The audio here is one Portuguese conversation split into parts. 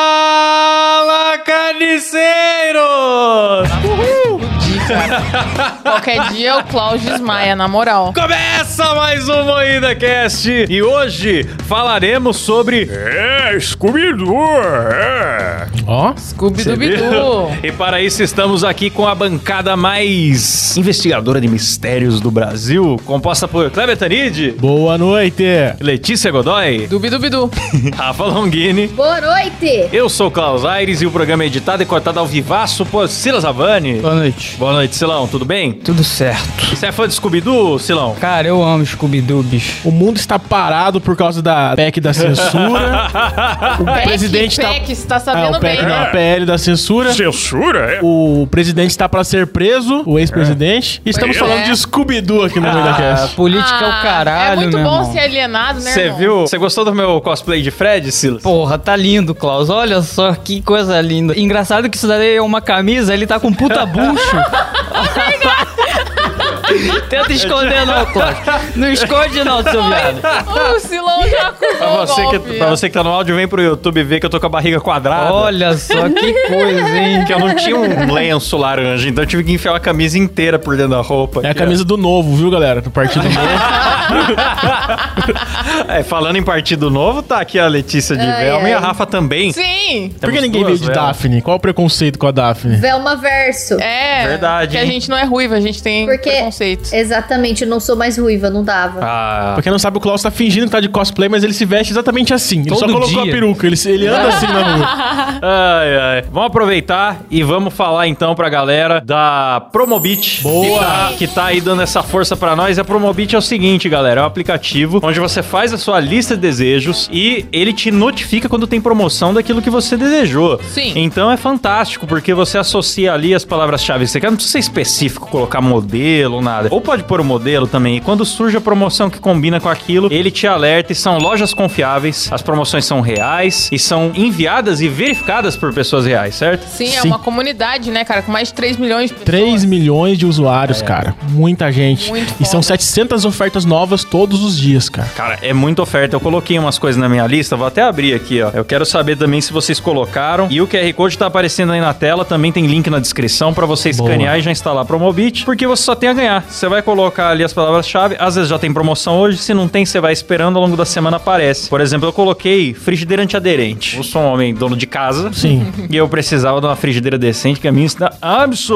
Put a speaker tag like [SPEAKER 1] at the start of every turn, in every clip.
[SPEAKER 1] Fala, carniceiros!
[SPEAKER 2] Qualquer dia o Cláudio desmaia, na moral.
[SPEAKER 1] Começa mais um Moída Cast e hoje falaremos sobre é, Scooby-Doo. é.
[SPEAKER 3] Ó,
[SPEAKER 2] scooby
[SPEAKER 1] Você
[SPEAKER 2] dooby
[SPEAKER 4] Uh.
[SPEAKER 1] viu? E para isso estamos aqui com a bancada mais investigadora de mistérios do Brasil, composta por Kleber Tanid,
[SPEAKER 3] boa noite.
[SPEAKER 1] Letícia Godoy,
[SPEAKER 2] Dubidubidu.
[SPEAKER 1] Rafa Longini.
[SPEAKER 4] Boa noite!
[SPEAKER 1] Eu sou o Klaus Aires e o programa é editado e cortado ao vivaço por Silas Avani.
[SPEAKER 5] Boa noite.
[SPEAKER 1] Boa noite, Silão, tudo bem?
[SPEAKER 5] Tudo certo.
[SPEAKER 1] Você é fã de Scooby-Doo, Silão?
[SPEAKER 5] Cara, eu amo Scooby-Doo, bicho.
[SPEAKER 3] O mundo está parado por causa da PEC da censura. o presidente está.
[SPEAKER 2] Peck, você tá
[SPEAKER 3] Ah,
[SPEAKER 2] sabendo
[SPEAKER 3] o PEC
[SPEAKER 2] bem.
[SPEAKER 3] não, a PL da censura.
[SPEAKER 1] Censura? É.
[SPEAKER 3] O presidente está para ser preso, o ex-presidente. E estamos
[SPEAKER 1] Eu?
[SPEAKER 3] falando
[SPEAKER 2] É.
[SPEAKER 3] de Scooby-Doo aqui no meio da
[SPEAKER 5] A
[SPEAKER 3] cast.
[SPEAKER 5] Ah, política é
[SPEAKER 2] Ah,
[SPEAKER 5] o caralho,
[SPEAKER 2] É muito
[SPEAKER 5] meu
[SPEAKER 2] bom
[SPEAKER 5] irmão.
[SPEAKER 2] ser alienado, né,
[SPEAKER 1] Você
[SPEAKER 2] irmão?
[SPEAKER 1] viu? Você gostou do meu cosplay de Fred, Silas?
[SPEAKER 5] Porra, tá lindo, Klaus. Olha só que coisa linda. Engraçado que isso daí é uma camisa, ele tá com um puta bucho. Tenta esconder não, Klaus. Não esconde não, seu viado.
[SPEAKER 2] O Silão já acusou
[SPEAKER 1] Pra
[SPEAKER 2] o
[SPEAKER 1] você,
[SPEAKER 2] golpe.
[SPEAKER 1] que, pra você que tá no áudio, vem pro YouTube ver que eu tô com a barriga quadrada.
[SPEAKER 5] Olha só que coisa, hein.
[SPEAKER 1] Que eu não tinha um lenço laranja, então eu tive que enfiar a camisa inteira por dentro da roupa.
[SPEAKER 3] É a
[SPEAKER 1] aqui,
[SPEAKER 3] camisa do novo, viu, galera? Do partido novo.
[SPEAKER 1] ó. É, falando em partido novo, tá aqui a Letícia de Velma e a Rafa também.
[SPEAKER 2] Sim.
[SPEAKER 3] Ah, é. Por que
[SPEAKER 1] Temos
[SPEAKER 3] ninguém
[SPEAKER 1] duas né?
[SPEAKER 3] veio de
[SPEAKER 1] Velma.
[SPEAKER 3] Daphne? Qual o preconceito com a Daphne?
[SPEAKER 4] Velma Verso.
[SPEAKER 2] É.
[SPEAKER 1] Verdade,
[SPEAKER 2] Que a
[SPEAKER 1] hein?
[SPEAKER 2] gente não é ruiva, a gente tem
[SPEAKER 4] Porque. é
[SPEAKER 2] preconceito.
[SPEAKER 4] Exatamente, eu não sou mais ruiva, não dava.
[SPEAKER 1] Ah,
[SPEAKER 3] Pra quem não sabe, o Klaus tá fingindo que tá de cosplay, mas ele se veste exatamente assim. Ele só
[SPEAKER 5] Todo
[SPEAKER 3] colocou
[SPEAKER 5] dia.
[SPEAKER 3] a peruca, ele, se- ele anda assim na rua.
[SPEAKER 1] ai, ai. Vamos aproveitar e vamos falar então pra galera da Promobit.
[SPEAKER 3] Boa!
[SPEAKER 1] Que tá, que tá aí dando essa força pra nós. A Promobit é o seguinte, galera: é um aplicativo onde você faz a sua lista de desejos e ele te notifica quando tem promoção daquilo que você desejou.
[SPEAKER 2] Sim.
[SPEAKER 1] Então é fantástico, porque você associa ali as palavras-chave. Você quer, não precisa ser específico, colocar modelo, nada. Ou pode pôr o modelo também. E quando surge a promoção que combina com aquilo, ele te alerta e são lojas confiáveis. As promoções são reais e são enviadas e verificadas por pessoas reais, certo?
[SPEAKER 2] Sim, é
[SPEAKER 3] Sim.
[SPEAKER 2] uma comunidade, né, cara? Com mais de 3 milhões de pessoas.
[SPEAKER 3] 3 milhões de usuários, cara. Muita gente.
[SPEAKER 2] Muito
[SPEAKER 3] e são
[SPEAKER 2] foda.
[SPEAKER 3] 700 ofertas novas todos os dias, cara.
[SPEAKER 1] Cara, é muita oferta. Eu coloquei umas coisas na minha lista, vou até abrir aqui, ó. Eu quero saber também se vocês colocaram. E o QR Code tá aparecendo aí na tela, também tem link na descrição pra você
[SPEAKER 3] Boa.
[SPEAKER 1] escanear e já instalar Promobit, porque você só tem a ganhar. Você vai colocar ali as palavras-chave, às vezes já tem promoção hoje, se não tem, você vai esperando, ao longo da semana aparece. Por exemplo, eu coloquei frigideirante aderente. Eu sou um homem dono de casa.
[SPEAKER 3] Sim.
[SPEAKER 1] E eu precisava de uma frigideira decente, que a minha está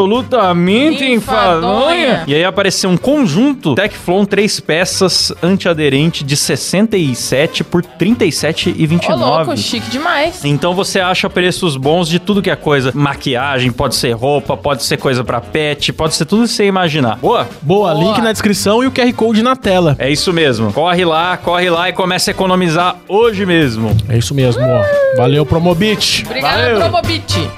[SPEAKER 1] absolutamente
[SPEAKER 2] Enfadonha.
[SPEAKER 1] enfadonha. E aí apareceu um conjunto Tecflon três peças antiaderente de 67 por 37,29.
[SPEAKER 2] Ô, louco, chique demais.
[SPEAKER 1] Então você acha preços bons de tudo que é coisa. Maquiagem, pode ser roupa, pode ser coisa pra pet, pode ser tudo que você imaginar. Boa?
[SPEAKER 3] Boa,
[SPEAKER 2] Boa.
[SPEAKER 3] link na descrição e o QR Code na tela.
[SPEAKER 1] É isso mesmo. Corre lá, corre lá e começa a economizar hoje mesmo.
[SPEAKER 3] É isso mesmo, ó. Valeu, Promobit.
[SPEAKER 2] Obrigada,
[SPEAKER 1] Valeu.
[SPEAKER 2] Promobit.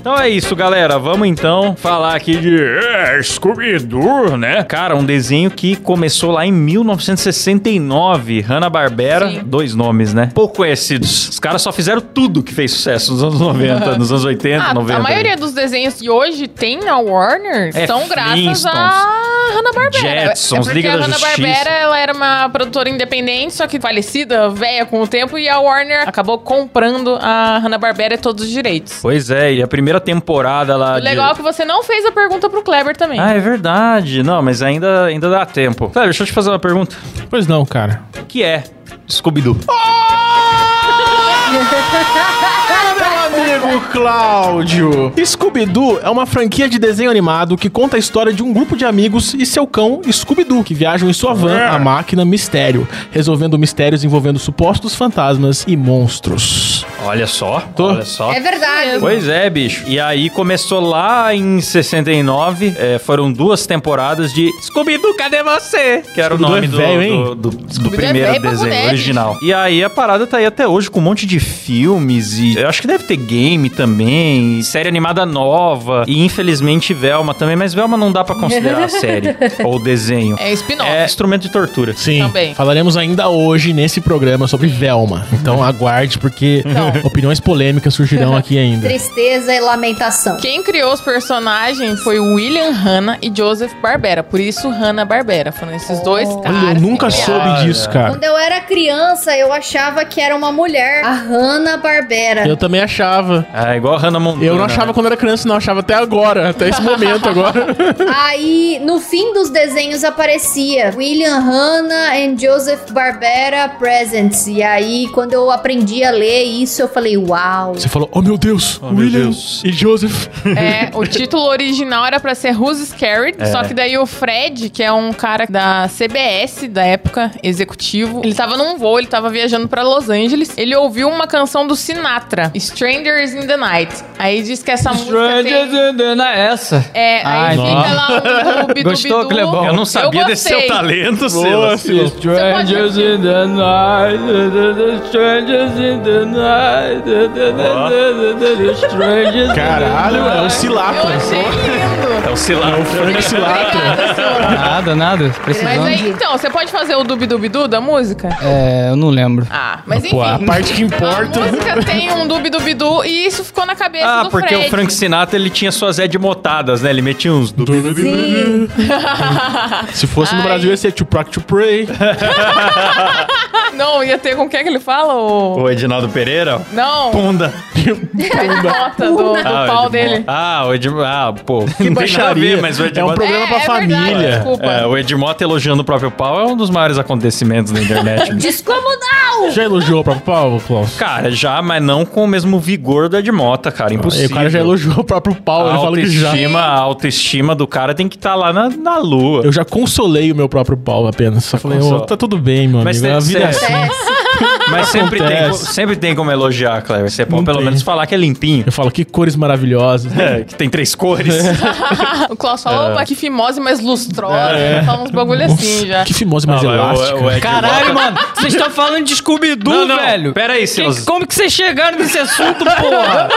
[SPEAKER 1] Então é isso, galera. Vamos então falar aqui de é, Scooby-Doo, né? Cara, um desenho que começou lá em 1969. Hanna-Barbera,
[SPEAKER 2] Sim.
[SPEAKER 1] dois nomes, né? Pouco conhecidos. Os caras só fizeram tudo que fez sucesso nos anos 90, nos anos 80,
[SPEAKER 2] Ah,
[SPEAKER 1] 90.
[SPEAKER 2] a maioria dos desenhos que hoje tem na Warner
[SPEAKER 1] É,
[SPEAKER 2] são graças
[SPEAKER 1] Flintstones,
[SPEAKER 2] à Hanna-Barbera.
[SPEAKER 1] Jetsons,
[SPEAKER 2] é porque
[SPEAKER 1] Liga
[SPEAKER 2] a
[SPEAKER 1] da Justiça.
[SPEAKER 2] Hanna-Barbera ela era uma produtora independente, só que falecida, velha com o tempo, e a Warner acabou comprando a Hanna-Barbera e todos os direitos.
[SPEAKER 1] Pois é, e a primeira temporada lá de-
[SPEAKER 2] O legal é que você não fez a pergunta pro Kleber também.
[SPEAKER 1] Ah, é verdade. Não, mas ainda, ainda dá tempo. Sabe, deixa eu te fazer uma pergunta.
[SPEAKER 3] Pois não, cara.
[SPEAKER 1] O que é Scooby-Doo?
[SPEAKER 3] Meu amigo Cláudio. Scooby-Doo é uma franquia de desenho animado que conta a história de um grupo de amigos e seu cão Scooby-Doo, que viajam em sua van, a máquina Mistério, resolvendo mistérios envolvendo supostos fantasmas e monstros.
[SPEAKER 1] Olha só,
[SPEAKER 3] Tô.
[SPEAKER 1] olha só.
[SPEAKER 4] É verdade.
[SPEAKER 1] Pois é, bicho. E aí começou lá em 69. é, foram duas temporadas de Scooby-Doo, cadê você? Que era o
[SPEAKER 3] Scooby-Doo
[SPEAKER 1] nome
[SPEAKER 3] é
[SPEAKER 1] do,
[SPEAKER 3] velho, hein?
[SPEAKER 1] do, do- do
[SPEAKER 2] Scooby-Doo é
[SPEAKER 1] primeiro
[SPEAKER 2] velho pra
[SPEAKER 1] desenho
[SPEAKER 2] boneco.
[SPEAKER 1] original. E aí a parada tá aí até hoje com um monte de filmes e. Eu acho que deve ter game também, e série animada nova, e infelizmente Velma também, mas Velma não dá pra considerar série ou desenho.
[SPEAKER 2] É spin-off.
[SPEAKER 1] É instrumento de tortura.
[SPEAKER 3] Sim,
[SPEAKER 2] Também.
[SPEAKER 3] falaremos ainda hoje nesse programa sobre Velma. Então aguarde, porque opiniões polêmicas surgirão aqui ainda.
[SPEAKER 4] Tristeza e lamentação.
[SPEAKER 2] Quem criou os personagens foi William Hanna e Joseph Barbera. Por isso, Hanna Barbera. Foram esses dois caras.
[SPEAKER 3] Olha, eu nunca
[SPEAKER 2] que criaram.
[SPEAKER 3] soube disso, cara.
[SPEAKER 4] Quando eu era criança, eu achava que era uma mulher, a
[SPEAKER 2] É.
[SPEAKER 4] Hanna-Barbera.
[SPEAKER 3] Eu também achava.
[SPEAKER 1] É igual a Hannah Montana. né?
[SPEAKER 3] Eu não achava quando era criança, não. Achava até agora, até esse momento agora.
[SPEAKER 4] Aí, no fim dos desenhos aparecia William Hanna and Joseph Barbera Presents. E aí, quando eu aprendi a ler isso, eu falei, uau.
[SPEAKER 3] Você falou, oh meu Deus,
[SPEAKER 1] Oh, meu
[SPEAKER 3] William
[SPEAKER 1] Deus.
[SPEAKER 3] e Joseph.
[SPEAKER 2] É, o título original era pra ser Who's Scared,
[SPEAKER 1] É.
[SPEAKER 2] só que daí o Fred, que é um cara da CBS da época, executivo, ele tava num voo, ele tava viajando pra Los Angeles, ele ouviu uma canção do Sinatra, Strangers in the Night. Aí diz que essa música
[SPEAKER 5] Strangers
[SPEAKER 2] tem...
[SPEAKER 5] in the Night. Essa.
[SPEAKER 2] É, aí
[SPEAKER 5] Ai,
[SPEAKER 2] fica
[SPEAKER 5] nossa.
[SPEAKER 2] lá um bidu,
[SPEAKER 5] Gostou,
[SPEAKER 2] bidu.
[SPEAKER 5] Clebão?
[SPEAKER 1] Eu não sabia desse seu
[SPEAKER 2] gostei.
[SPEAKER 1] talento, Silas.
[SPEAKER 5] Strangers in the night, strangers in the night, strangers in the
[SPEAKER 3] Caralho, é o
[SPEAKER 5] night.
[SPEAKER 2] Eu
[SPEAKER 3] Cilatra.
[SPEAKER 2] achei lindo.
[SPEAKER 1] É o Silas.
[SPEAKER 3] Frank Cilatra.
[SPEAKER 2] Obrigada, senhor.
[SPEAKER 5] Nada, nada.
[SPEAKER 2] Mas
[SPEAKER 5] Precisando.
[SPEAKER 2] aí, então, você pode fazer o dubi dubi du da música?
[SPEAKER 5] É, eu não lembro.
[SPEAKER 2] Ah, mas enfim.
[SPEAKER 3] Pô, a parte que importa.
[SPEAKER 2] A música tem um dubi dubi du e isso ficou na cabeça
[SPEAKER 1] Ah,
[SPEAKER 2] do
[SPEAKER 1] porque
[SPEAKER 2] Fred.
[SPEAKER 1] o Frank Sinatra ele tinha suas edmotadas, né? Ele metia uns do...
[SPEAKER 4] Sim.
[SPEAKER 3] Se fosse no
[SPEAKER 2] Ai.
[SPEAKER 3] Brasil, ia ser to Pract to Pray.
[SPEAKER 2] Não, ia ter com quem é que ele fala? O...
[SPEAKER 1] O Edinaldo Pereira?
[SPEAKER 2] Não,
[SPEAKER 1] Punda.
[SPEAKER 2] a nota do, do
[SPEAKER 1] Ah, o
[SPEAKER 2] pau
[SPEAKER 1] Edmo-
[SPEAKER 2] dele.
[SPEAKER 1] Ah, o Edmo... Ah, pô. não tem nada a
[SPEAKER 3] baixaria.
[SPEAKER 1] ver, mas o
[SPEAKER 3] É um
[SPEAKER 1] Edmota...
[SPEAKER 3] problema
[SPEAKER 2] É,
[SPEAKER 3] pra
[SPEAKER 2] é verdade,
[SPEAKER 3] família.
[SPEAKER 2] desculpa.
[SPEAKER 1] É, o Edmota elogiando o próprio pau é um dos maiores acontecimentos da internet.
[SPEAKER 4] Descomunal!
[SPEAKER 3] Já elogiou o próprio pau, Klaus?
[SPEAKER 1] cara, já, mas não com o mesmo vigor do Edmota, cara.
[SPEAKER 3] E
[SPEAKER 1] Impossível.
[SPEAKER 3] o cara já elogiou o próprio pau,
[SPEAKER 1] a
[SPEAKER 3] ele falou que já.
[SPEAKER 1] autoestima, a autoestima do cara tem que estar lá na, na lua.
[SPEAKER 3] Eu já consolei o meu próprio pau apenas. Só falei, ô,
[SPEAKER 1] consola.
[SPEAKER 3] tá tudo bem, meu
[SPEAKER 1] Mas
[SPEAKER 3] amigo.
[SPEAKER 1] tem-
[SPEAKER 3] A vida é
[SPEAKER 1] cê-
[SPEAKER 3] assim.
[SPEAKER 4] Acontece.
[SPEAKER 1] Mas sempre tem, co-
[SPEAKER 3] Acontece.
[SPEAKER 1] sempre tem como elogiar, Cleber. Você pode
[SPEAKER 3] Não
[SPEAKER 1] pelo
[SPEAKER 3] tem.
[SPEAKER 1] menos falar que é limpinho.
[SPEAKER 3] Eu falo, que cores maravilhosas.
[SPEAKER 1] É, que tem três cores.
[SPEAKER 2] O Klaus falou,
[SPEAKER 1] É.
[SPEAKER 2] opa, que fimose mais lustrosa. Fala uns bagulho
[SPEAKER 3] Nossa,
[SPEAKER 2] assim já.
[SPEAKER 3] Que é. fimose mais
[SPEAKER 1] Ah, vai, o-
[SPEAKER 3] elástica.
[SPEAKER 1] o Ed-
[SPEAKER 5] Caralho, mano, vocês estão falando de
[SPEAKER 1] Não,
[SPEAKER 5] Scooby-Doo,
[SPEAKER 1] não,
[SPEAKER 5] velho.
[SPEAKER 1] pera aí,
[SPEAKER 5] Que-
[SPEAKER 1] Silas.
[SPEAKER 5] Como que vocês chegaram nesse assunto, porra?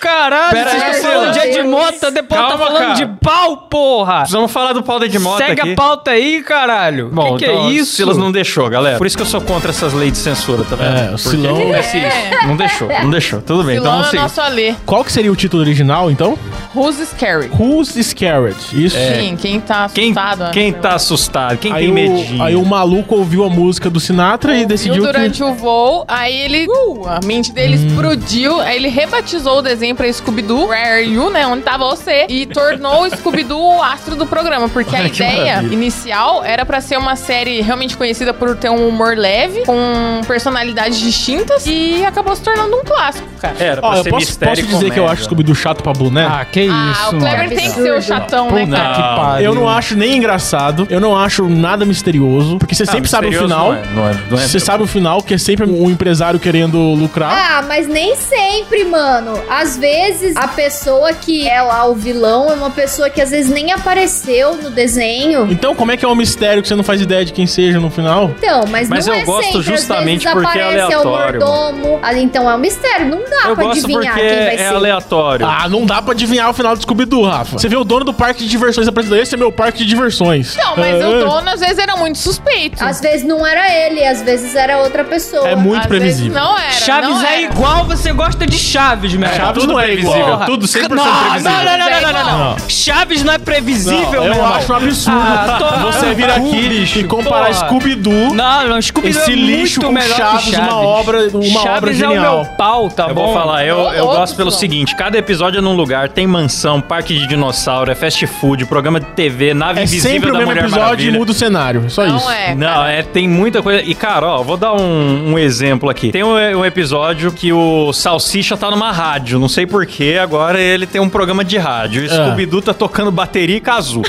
[SPEAKER 5] Caralho,
[SPEAKER 1] Pera
[SPEAKER 5] vocês
[SPEAKER 1] aí,
[SPEAKER 5] estão
[SPEAKER 1] Silas.
[SPEAKER 5] falando de Edmota, depois tá
[SPEAKER 1] Calma,
[SPEAKER 5] falando
[SPEAKER 1] cara.
[SPEAKER 5] de pau, porra.
[SPEAKER 1] Precisamos falar do pau da Edmota
[SPEAKER 5] Segue
[SPEAKER 1] aqui.
[SPEAKER 5] a pauta aí, caralho. O que, que
[SPEAKER 1] então,
[SPEAKER 5] é isso?
[SPEAKER 1] O Silas não deixou, galera. Por isso que eu sou contra essas leis de censura, tá vendo?
[SPEAKER 3] É, o
[SPEAKER 1] Porque
[SPEAKER 3] Silão-
[SPEAKER 1] acontece isso. Não deixou, não deixou. Tudo bem,
[SPEAKER 2] Filão
[SPEAKER 1] então
[SPEAKER 2] é
[SPEAKER 1] sim.
[SPEAKER 2] nosso Alê.
[SPEAKER 3] Qual que seria o título original, então?
[SPEAKER 2] Who's Scary?
[SPEAKER 3] Who's Scared? Isso.
[SPEAKER 2] Sim, quem tá
[SPEAKER 1] é. Quem,
[SPEAKER 2] assustado. né?
[SPEAKER 1] quem tá assustado, quem
[SPEAKER 3] Aí
[SPEAKER 1] tem
[SPEAKER 3] o,
[SPEAKER 1] medinho.
[SPEAKER 3] aí o maluco ouviu a música do Sinatra e
[SPEAKER 2] Viu
[SPEAKER 3] decidiu
[SPEAKER 2] durante
[SPEAKER 3] que...
[SPEAKER 2] o voo, aí ele. Uh, a mente dele explodiu. Aí ele rebatizou o desenho pra Scooby-Doo, Where Are You, né? Onde tava você. E tornou o Scooby-Doo o astro do programa. Porque a
[SPEAKER 1] Olha que
[SPEAKER 2] ideia
[SPEAKER 1] maravilha.
[SPEAKER 2] inicial era pra ser uma série realmente conhecida por ter um humor leve, com personalidades distintas. E acabou se tornando um clássico, cara.
[SPEAKER 1] Era pra
[SPEAKER 3] Ó, eu
[SPEAKER 1] ser
[SPEAKER 3] posso, posso
[SPEAKER 1] mistério
[SPEAKER 3] dizer
[SPEAKER 1] e
[SPEAKER 3] que eu
[SPEAKER 1] comédia.
[SPEAKER 3] acho o Scooby-Doo chato pra né? boné?
[SPEAKER 5] Ah, que
[SPEAKER 2] Ah,
[SPEAKER 5] isso,
[SPEAKER 2] o
[SPEAKER 5] mano.
[SPEAKER 2] Kleber tem que ser o chatão, né,
[SPEAKER 1] Puta
[SPEAKER 2] cara?
[SPEAKER 1] que
[SPEAKER 5] Ah,
[SPEAKER 1] pariu.
[SPEAKER 3] Eu não acho nem engraçado, eu não acho nada misterioso, porque você
[SPEAKER 1] Ah,
[SPEAKER 3] sempre sabe o
[SPEAKER 1] misterioso
[SPEAKER 3] final.
[SPEAKER 1] Não é, não é, não é-
[SPEAKER 3] Você sabe o final, que é sempre um empresário querendo lucrar.
[SPEAKER 4] Ah, mas nem sempre, mano. Às vezes a pessoa que é lá o vilão é uma pessoa que às vezes nem apareceu no desenho.
[SPEAKER 3] Então, como é que é um mistério que você não faz ideia de quem seja no final?
[SPEAKER 4] Então, mas,
[SPEAKER 1] Mas
[SPEAKER 4] não
[SPEAKER 1] eu
[SPEAKER 4] é
[SPEAKER 1] gosto
[SPEAKER 4] sempre. Às
[SPEAKER 1] justamente
[SPEAKER 4] vezes
[SPEAKER 1] porque é
[SPEAKER 4] aparece,
[SPEAKER 1] aleatório,
[SPEAKER 4] É o mordomo. Ah, Então é um mistério. Não dá
[SPEAKER 1] Eu
[SPEAKER 4] pra
[SPEAKER 1] gosto porque
[SPEAKER 4] adivinhar quem vai
[SPEAKER 1] é
[SPEAKER 4] ser.
[SPEAKER 1] aleatório.
[SPEAKER 3] Ah, não dá pra adivinhar o final do Scooby-Doo, Rafa. Você vê o dono do parque de diversões apresentando, esse é meu parque de diversões.
[SPEAKER 2] Não, mas
[SPEAKER 3] é,
[SPEAKER 2] o dono às vezes era muito suspeito.
[SPEAKER 4] Às vezes não era ele, às vezes era outra pessoa.
[SPEAKER 3] É muito
[SPEAKER 2] Às
[SPEAKER 3] previsível.
[SPEAKER 2] vezes não era.
[SPEAKER 5] Chaves
[SPEAKER 2] não
[SPEAKER 5] é
[SPEAKER 2] era.
[SPEAKER 5] igual você gosta de Chaves, meu.
[SPEAKER 3] Chaves
[SPEAKER 1] tudo
[SPEAKER 3] não é
[SPEAKER 1] previsível,
[SPEAKER 3] igual.
[SPEAKER 1] tudo 100%
[SPEAKER 5] Ah, não, não,
[SPEAKER 1] previsível.
[SPEAKER 5] não, não,
[SPEAKER 2] É
[SPEAKER 5] não, não, não, não. Chaves não é previsível,
[SPEAKER 3] eu
[SPEAKER 5] meu. irmão.
[SPEAKER 3] acho um absurdo
[SPEAKER 5] Ah, toma
[SPEAKER 3] você
[SPEAKER 5] no
[SPEAKER 3] vir
[SPEAKER 5] cu,
[SPEAKER 3] aqui
[SPEAKER 5] bicho,
[SPEAKER 3] e comparar
[SPEAKER 5] porra.
[SPEAKER 3] Scooby-Doo,
[SPEAKER 5] Não, não, Scooby
[SPEAKER 3] esse
[SPEAKER 5] é
[SPEAKER 3] lixo
[SPEAKER 5] muito
[SPEAKER 3] com
[SPEAKER 5] melhor
[SPEAKER 3] Chaves,
[SPEAKER 5] que
[SPEAKER 3] uma
[SPEAKER 5] Chaves.
[SPEAKER 3] obra- uma
[SPEAKER 5] Chaves
[SPEAKER 3] obra
[SPEAKER 5] é o
[SPEAKER 3] genial.
[SPEAKER 5] meu pau, tá
[SPEAKER 1] Eu
[SPEAKER 5] bom?
[SPEAKER 1] vou falar, eu,
[SPEAKER 2] Ô,
[SPEAKER 1] eu
[SPEAKER 2] louco,
[SPEAKER 1] gosto pelo
[SPEAKER 2] Silão.
[SPEAKER 1] seguinte: cada episódio é num lugar, tem mansão, parque de dinossauro, é fast food, programa de TV, nave
[SPEAKER 3] é
[SPEAKER 1] invisível
[SPEAKER 3] sempre o
[SPEAKER 1] da
[SPEAKER 3] mesmo
[SPEAKER 1] Mulher
[SPEAKER 3] episódio
[SPEAKER 1] Maravilha.
[SPEAKER 3] e muda o cenário. Só isso.
[SPEAKER 2] Não é.
[SPEAKER 1] Não, é, tem muita coisa. E, cara, ó, vou dar um, um exemplo aqui. Tem um, um episódio que o Salsicha tá numa rádio, não sei porquê, agora ele tem um programa de rádio. O
[SPEAKER 3] Ah.
[SPEAKER 1] Scooby-Doo tá tocando bateria e casu.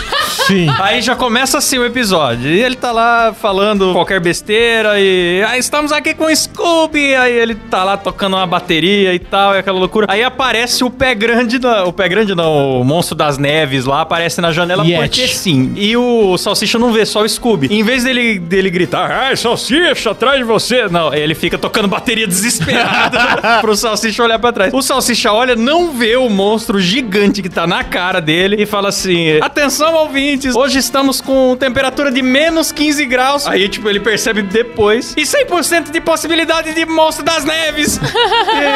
[SPEAKER 3] Sim.
[SPEAKER 5] Tá
[SPEAKER 1] Aí já começa assim o episódio. E ele tá lá falando qualquer besteira e. Ah, estamos aqui com o Scooby! Aí ele tá lá tocando uma bateria e tal, e aquela loucura. Aí aparece o pé grande, na- o pé grande não, o monstro das neves lá, aparece na janela
[SPEAKER 3] Yeti.
[SPEAKER 1] porque sim. E o Salsicha não vê, só o Scooby. Em vez dele, dele gritar, ai, Salsicha, atrás de você! Não, ele fica tocando bateria desesperada pro Salsicha olhar pra trás. O Salsicha olha, não vê o monstro gigante que tá na cara dele e fala assim: atenção, ouvintes, hoje estamos com temperatura de menos 15 graus. Aí, tipo, ele percebe depois. E 100% de possibilidade de monstro das neves! e,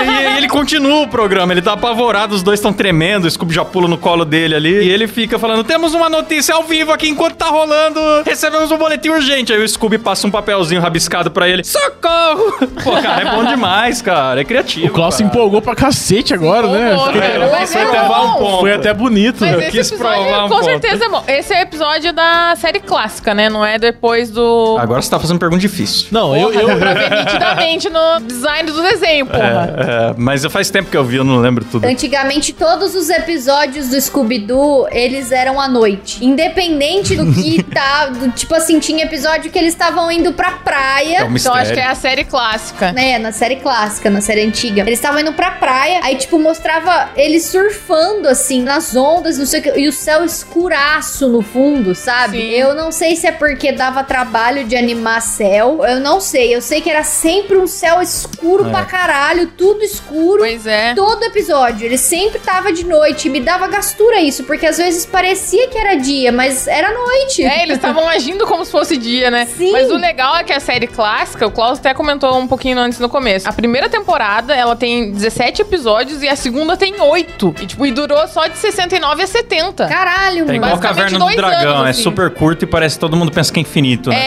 [SPEAKER 1] e- e ele continua o programa, ele tá apavorado, os dois estão tremendo, o Scooby já pula no colo dele ali. E ele fica falando: temos uma notícia ao vivo aqui enquanto tá rolando, recebemos um boletim urgente. Aí o Scooby passa um papelzinho rabiscado pra ele: socorro! Pô, cara, é bom demais, cara, é criativo.
[SPEAKER 3] O Klaus se
[SPEAKER 1] cara.
[SPEAKER 3] empolgou pra cacete agora, né?
[SPEAKER 2] Empolgou,
[SPEAKER 3] Fiquei-
[SPEAKER 2] cara, mas
[SPEAKER 3] foi,
[SPEAKER 2] é
[SPEAKER 3] até,
[SPEAKER 5] um
[SPEAKER 2] bom.
[SPEAKER 3] foi até bonito.
[SPEAKER 2] Mas
[SPEAKER 1] Eu
[SPEAKER 2] esse
[SPEAKER 1] quis provar
[SPEAKER 2] episódio,
[SPEAKER 1] um
[SPEAKER 2] com
[SPEAKER 1] ponto.
[SPEAKER 2] certeza, é bom. Esse é o episódio da série clássica, né? Não é depois do.
[SPEAKER 1] Agora você tá fazendo pergunta difícil.
[SPEAKER 3] Não, eu,
[SPEAKER 2] Porra,
[SPEAKER 3] eu,
[SPEAKER 2] dá pra ver nitidamente no design do desenho, porra.
[SPEAKER 1] É, é, mas faz tempo que eu vi, eu não lembro
[SPEAKER 2] É
[SPEAKER 1] tudo. É
[SPEAKER 4] Antigamente, todos os episódios do Scooby-Doo, eles eram à noite. Independente do que tá... do- tipo assim, tinha episódio que eles estavam indo pra praia.
[SPEAKER 1] É um
[SPEAKER 2] Então
[SPEAKER 1] mistério.
[SPEAKER 2] acho que é a série clássica.
[SPEAKER 4] É, na série clássica, na série antiga. Eles estavam indo pra praia, aí, tipo, mostrava eles surfando, assim, nas ondas, não sei o que, e o céu escuraço no fundo, sabe?
[SPEAKER 2] Sim.
[SPEAKER 4] Eu não sei se é porque dava trabalho de animar céu, eu não sei. Eu sei que era sempre um céu escuro pra caralho, tudo escuro.
[SPEAKER 2] Pois é.
[SPEAKER 4] Todo episódio, ele sempre tava de noite, me dava gastura isso, porque às vezes parecia que era dia, mas era noite.
[SPEAKER 2] É, eles estavam agindo como se fosse dia, né?
[SPEAKER 4] Sim.
[SPEAKER 2] Mas o legal é que a série clássica, o Klaus até comentou um pouquinho antes no começo. A primeira temporada, ela tem 17 episódios e a segunda tem 8. E, tipo, e durou só de 69 a 70.
[SPEAKER 4] Caralho,
[SPEAKER 1] É
[SPEAKER 4] mano.
[SPEAKER 1] igual a
[SPEAKER 2] basicamente
[SPEAKER 1] Caverna do
[SPEAKER 2] dois
[SPEAKER 1] Dragão,
[SPEAKER 2] anos,
[SPEAKER 1] é
[SPEAKER 2] assim.
[SPEAKER 1] super curto e parece que todo mundo pensa que é infinito, né?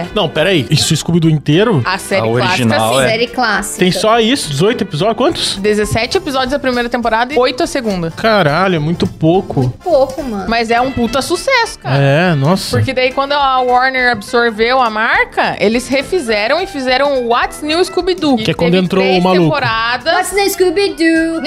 [SPEAKER 2] É,
[SPEAKER 3] Não, peraí. Isso o Scooby-Doo inteiro?
[SPEAKER 2] a série
[SPEAKER 1] A
[SPEAKER 2] clássica,
[SPEAKER 1] original,
[SPEAKER 2] Ah, sim.
[SPEAKER 1] é.
[SPEAKER 4] Série clássica.
[SPEAKER 3] Tem só isso? 18 episódios? Quantos?
[SPEAKER 2] 17 episódios da primeira temporada e 8 a segunda.
[SPEAKER 3] Caralho, é muito pouco.
[SPEAKER 4] pouco, mano.
[SPEAKER 2] Mas é um puta sucesso, cara.
[SPEAKER 3] É, nossa.
[SPEAKER 2] Porque daí, quando a Warner absorveu a marca, eles refizeram e fizeram o What's New Scooby-Doo.
[SPEAKER 3] Que é
[SPEAKER 2] teve
[SPEAKER 3] quando entrou o
[SPEAKER 2] três
[SPEAKER 3] maluco.
[SPEAKER 2] temporadas.
[SPEAKER 4] What's the Scooby-Doo?
[SPEAKER 2] Sim,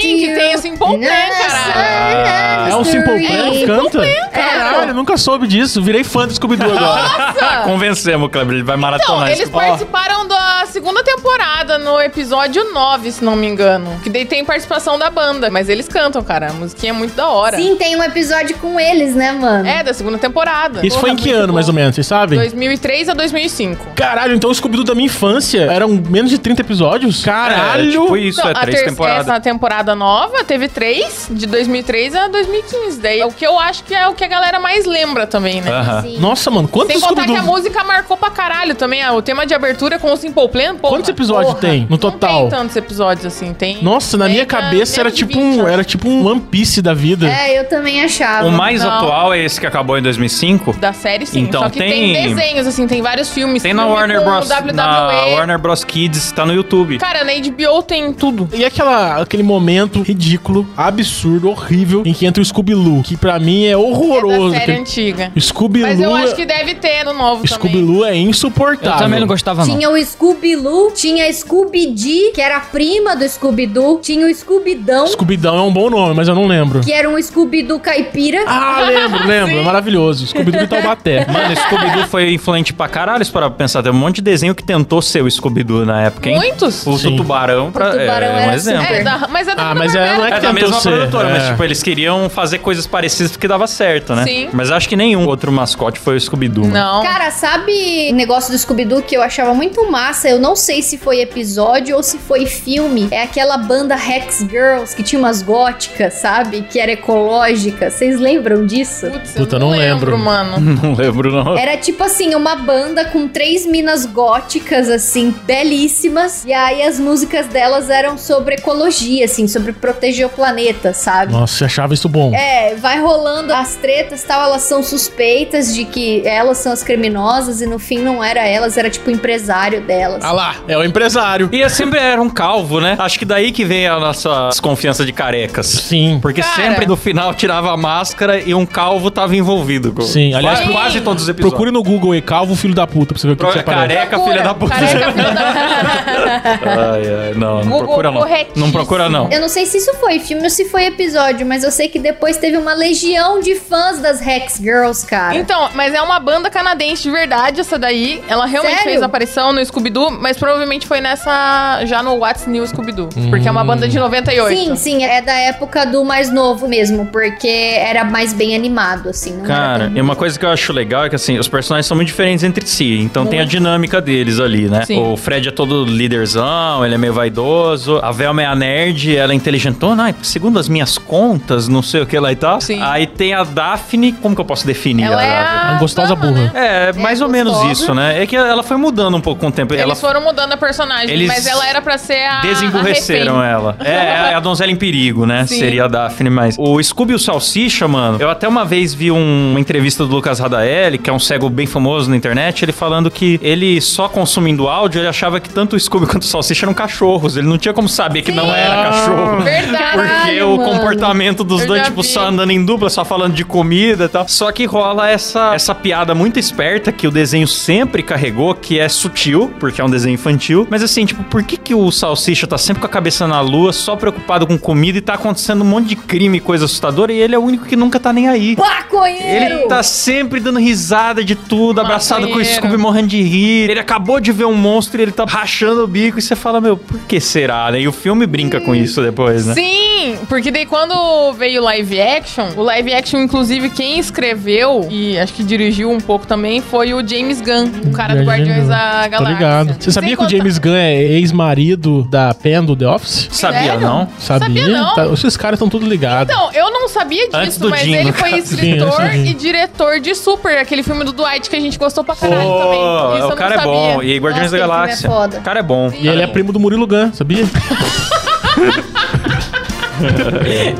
[SPEAKER 2] que É, tem o Simple Plan, caralho.
[SPEAKER 3] É o Simple Plan que canta?
[SPEAKER 4] É.
[SPEAKER 3] Caralho, eu nunca soube disso. Virei fã do Scooby-Doo agora.
[SPEAKER 1] Ah, convencemos, Kleber, ele vai
[SPEAKER 2] É. Então,
[SPEAKER 1] maratonar
[SPEAKER 2] eles
[SPEAKER 1] isso.
[SPEAKER 2] participaram da segunda temporada, no episódio 9, se não me engano. Que daí tem participação da banda, mas eles cantam, cara. A musiquinha é muito da hora.
[SPEAKER 4] Sim, tem um episódio com eles, né, mano?
[SPEAKER 2] É, da segunda temporada.
[SPEAKER 3] Isso foi em que
[SPEAKER 2] Muito
[SPEAKER 3] ano,
[SPEAKER 2] bom.
[SPEAKER 3] mais ou menos? Vocês sabem?
[SPEAKER 2] 2003 a 2005.
[SPEAKER 3] Caralho, então o Scooby-Doo da minha infância eram menos de 30 episódios?
[SPEAKER 1] É,
[SPEAKER 3] Caralho!
[SPEAKER 1] tipo isso,
[SPEAKER 2] Então,
[SPEAKER 1] é
[SPEAKER 2] a
[SPEAKER 1] três
[SPEAKER 2] ter-
[SPEAKER 1] temporadas.
[SPEAKER 2] Essa temporada nova teve três, de 2003 a 2015. Daí é o que eu acho que é o que a galera mais lembra também, né?
[SPEAKER 1] Aham.
[SPEAKER 4] Sim.
[SPEAKER 3] Nossa, mano,
[SPEAKER 2] Sem
[SPEAKER 3] quantos
[SPEAKER 2] contar que a
[SPEAKER 3] Scooby-Doo...
[SPEAKER 2] música marcou pra caralho também. ah, O tema de abertura com o Simple Plan, porra.
[SPEAKER 3] Quantos episódios
[SPEAKER 2] Porra.
[SPEAKER 3] tem no
[SPEAKER 2] Não
[SPEAKER 3] total?
[SPEAKER 2] tem tantos episódios assim, tem...
[SPEAKER 3] Nossa, na
[SPEAKER 2] tem,
[SPEAKER 3] minha
[SPEAKER 2] tá,
[SPEAKER 3] cabeça era
[SPEAKER 2] menos de
[SPEAKER 3] tipo
[SPEAKER 2] 20,
[SPEAKER 3] um,
[SPEAKER 2] acho.
[SPEAKER 3] era tipo um One Piece da vida.
[SPEAKER 4] É, eu também achava.
[SPEAKER 1] O mais
[SPEAKER 2] Não.
[SPEAKER 1] atual é esse que acabou em 2005.
[SPEAKER 2] Da série, sim.
[SPEAKER 1] Então,
[SPEAKER 2] Só que
[SPEAKER 1] tem-
[SPEAKER 2] tem... desenhos, assim, tem vários filmes.
[SPEAKER 1] Tem na
[SPEAKER 2] Filme
[SPEAKER 1] Warner
[SPEAKER 2] com
[SPEAKER 1] Bros.
[SPEAKER 2] WWE.
[SPEAKER 1] Na Warner Bros. Kids, tá no YouTube.
[SPEAKER 2] Cara, na HBO tem tudo.
[SPEAKER 3] E aquela, aquele momento ridículo, absurdo, horrível, em que entra o Scooby-Loo, que pra mim é horroroso.
[SPEAKER 2] É da série
[SPEAKER 3] aquele- é-
[SPEAKER 2] antiga. Mas eu acho
[SPEAKER 3] Scooby-Loo
[SPEAKER 2] que deve ter no novo também.
[SPEAKER 3] Scooby-Loo é
[SPEAKER 5] Eu
[SPEAKER 1] Tá,
[SPEAKER 3] insuportável.
[SPEAKER 5] também não gostava, não.
[SPEAKER 4] Tinha o Scooby-Loo, tinha a Scooby-Dee, que era a prima do Scooby-Doo, tinha o Scooby-Dão,
[SPEAKER 3] Scooby-Dão é um bom nome, mas eu não lembro.
[SPEAKER 4] que é- era um Scooby-Doo caipira.
[SPEAKER 3] Ah, lembro, lembro. É maravilhoso. Scooby-Doo e Taubaté.
[SPEAKER 1] Mano, o Scooby-Doo foi influente pra caralho, se parar pra pensar. Tem um monte de desenho que tentou ser o Scooby-Doo na época, hein?
[SPEAKER 2] Muitos?
[SPEAKER 1] O
[SPEAKER 3] Sim.
[SPEAKER 1] do Tubarão, pra,
[SPEAKER 4] Tubarão
[SPEAKER 1] é, um
[SPEAKER 4] era
[SPEAKER 1] exemplo.
[SPEAKER 4] super.
[SPEAKER 2] É, da, mas é da
[SPEAKER 3] Ah, mas é, não é
[SPEAKER 1] É da
[SPEAKER 3] que tentou
[SPEAKER 1] mesma
[SPEAKER 3] ser.
[SPEAKER 1] produtora, mas
[SPEAKER 3] é.
[SPEAKER 1] tipo, eles queriam fazer coisas parecidas porque dava certo, né?
[SPEAKER 2] Sim.
[SPEAKER 1] Mas acho que nenhum outro mascote foi o Scooby-Doo. né?
[SPEAKER 2] Não.
[SPEAKER 4] Cara, sabe o negócio do Scooby-Doo que eu achava muito massa? Eu não sei se foi episódio ou se foi filme. É aquela banda Hex Girls que tinha umas góticas, sabe? Que era ecológica. Vocês lembram disso?
[SPEAKER 2] Putz,
[SPEAKER 3] Puta, não lembro.
[SPEAKER 2] mano.
[SPEAKER 1] Não lembro, não.
[SPEAKER 4] Era tipo assim, uma banda com três minas góticas, assim, belíssimas. E aí as músicas delas eram sobre ecologia, assim, sobre proteger o planeta,
[SPEAKER 1] é-
[SPEAKER 4] sabe?
[SPEAKER 3] Nossa, eu achava isso bom.
[SPEAKER 4] É, vai rolando as tretas tal, elas são suspeitas de que elas são as criminosas e no fim não era elas, era tipo o empresário delas.
[SPEAKER 3] Ah lá, é o empresário.
[SPEAKER 1] E eu sempre era um calvo, né? Acho que daí que vem a nossa desconfiança de carecas.
[SPEAKER 3] Sim.
[SPEAKER 1] Porque
[SPEAKER 2] Cara.
[SPEAKER 1] sempre no final tirava a máscara e um calvo tava envolvido. com-
[SPEAKER 3] Sim, aliás,
[SPEAKER 1] quase,
[SPEAKER 2] pro-
[SPEAKER 1] quase todos os episódios.
[SPEAKER 3] Procure no Google aí, calvo filho da puta, pra você ver o que,
[SPEAKER 1] Pro- é
[SPEAKER 3] que aparece.
[SPEAKER 1] careca,
[SPEAKER 2] Procura.
[SPEAKER 1] filha da puta.
[SPEAKER 2] Careca, filha da puta.
[SPEAKER 1] Ai, ai, não, não
[SPEAKER 2] Google
[SPEAKER 1] procura não.
[SPEAKER 2] corretíssimo.
[SPEAKER 1] Não Procura não.
[SPEAKER 4] Eu não sei se isso foi filme ou se foi episódio, mas eu sei que depois teve uma legião de fãs das Hex Girls, cara.
[SPEAKER 2] Então, mas é uma banda canadense de verdade essa daí. Ela realmente
[SPEAKER 4] Sério?
[SPEAKER 2] fez aparição no Scooby-Doo, mas provavelmente foi nessa... Já no What's New Scooby-Doo. Porque é uma banda
[SPEAKER 3] Hum.
[SPEAKER 2] de 98.
[SPEAKER 4] Sim, sim, é da época do mais novo mesmo, porque era mais bem animado, assim. Não
[SPEAKER 1] Cara,
[SPEAKER 4] era
[SPEAKER 1] e uma coisa que eu acho legal é que, assim, os personagens são muito diferentes entre si. Então tem a dinâmica deles ali, né?
[SPEAKER 2] Sim.
[SPEAKER 1] O Fred é todo líderzão, ele é meio vaidoso. A Velma é a nerd, ela é inteligentona. Ai, segundo as minhas contas, não sei o que lá e tal.
[SPEAKER 2] Sim.
[SPEAKER 1] Aí tem a Daphne. Como que eu posso definir
[SPEAKER 2] Ela é
[SPEAKER 1] Daphne?
[SPEAKER 2] a...
[SPEAKER 3] Uma gostosa
[SPEAKER 2] dama, né?
[SPEAKER 3] burra.
[SPEAKER 1] É, mais ou menos
[SPEAKER 4] gostosa.
[SPEAKER 1] isso, né? É que ela foi mudando um pouco com o tempo.
[SPEAKER 2] Eles
[SPEAKER 1] ela
[SPEAKER 2] foram mudando a personagem,
[SPEAKER 1] Eles
[SPEAKER 2] mas ela era pra ser a.
[SPEAKER 1] Desemburreceram
[SPEAKER 2] a refém.
[SPEAKER 1] ela. É, é a donzela em perigo, né?
[SPEAKER 2] Sim.
[SPEAKER 1] Seria a Daphne, mas. O Scooby e o Salsicha, mano, eu até uma vez vi um- uma entrevista do Lucas Radaelli, que é um cego bem famoso na internet, ele falando que ele só consumindo áudio, ele achava que tanto o Scooby quanto o Salsicha eram cachorros. Ele não tinha como saber que não era cachorro.
[SPEAKER 2] Verdade.
[SPEAKER 1] Porque
[SPEAKER 4] Caralho,
[SPEAKER 1] o
[SPEAKER 4] mano.
[SPEAKER 1] comportamento dos
[SPEAKER 2] Eu
[SPEAKER 1] dois,
[SPEAKER 2] já
[SPEAKER 1] tipo,
[SPEAKER 2] vi.
[SPEAKER 1] só andando em dupla, só falando de comida e tal. Só que rola essa, essa piada muito esperta que o desenho sempre carregou, que é sutil, porque é um desenho infantil. Mas assim, tipo, por que, que o Salsicha tá sempre com a cabeça na lua, só preocupado com comida e tá acontecendo um monte de crime e coisa assustadora e ele é o único que nunca tá nem aí?
[SPEAKER 4] Maconheiro!
[SPEAKER 1] Ele tá sempre dando risada de tudo, abraçado com o
[SPEAKER 2] Maconheiro.
[SPEAKER 1] Scooby morrendo de rir. Ele acabou de ver um monstro e ele tá rachando o bico. E você fala, meu, por que será, né? E o filme brinca com isso depois, né?
[SPEAKER 2] Sim, porque daí quando veio o live action, o live action, inclusive, quem escreveu e acho que dirigiu um pouco também foi o James Gunn, o cara do Guardiões da
[SPEAKER 3] Tô
[SPEAKER 2] Galáxia.
[SPEAKER 3] ligado. Você sabia
[SPEAKER 2] Sem
[SPEAKER 3] que o
[SPEAKER 2] contar-
[SPEAKER 3] James Gunn é ex-marido da Pen do The Office?
[SPEAKER 1] Sabia,
[SPEAKER 2] Sério?
[SPEAKER 1] não?
[SPEAKER 3] Sabia?
[SPEAKER 2] não.
[SPEAKER 3] Tá- esses caras estão tudo ligados.
[SPEAKER 2] Então, eu não sabia disso,
[SPEAKER 1] Antes do
[SPEAKER 2] mas
[SPEAKER 1] Dino,
[SPEAKER 2] ele
[SPEAKER 1] cara.
[SPEAKER 2] foi
[SPEAKER 3] Sim,
[SPEAKER 2] escritor
[SPEAKER 3] antes do Dino.
[SPEAKER 2] e diretor de Super, aquele filme do Dwight que a gente gostou pra caralho
[SPEAKER 1] Pô,
[SPEAKER 2] também. Isso eu
[SPEAKER 1] o
[SPEAKER 2] não
[SPEAKER 1] cara é
[SPEAKER 2] sabia.
[SPEAKER 1] bom. E Guardiões
[SPEAKER 4] Nossa,
[SPEAKER 1] da
[SPEAKER 4] aquele filme é
[SPEAKER 1] Galáxia.
[SPEAKER 4] foda.
[SPEAKER 1] o cara é bom.
[SPEAKER 3] e ele é primo do Murilo Gun, sabia?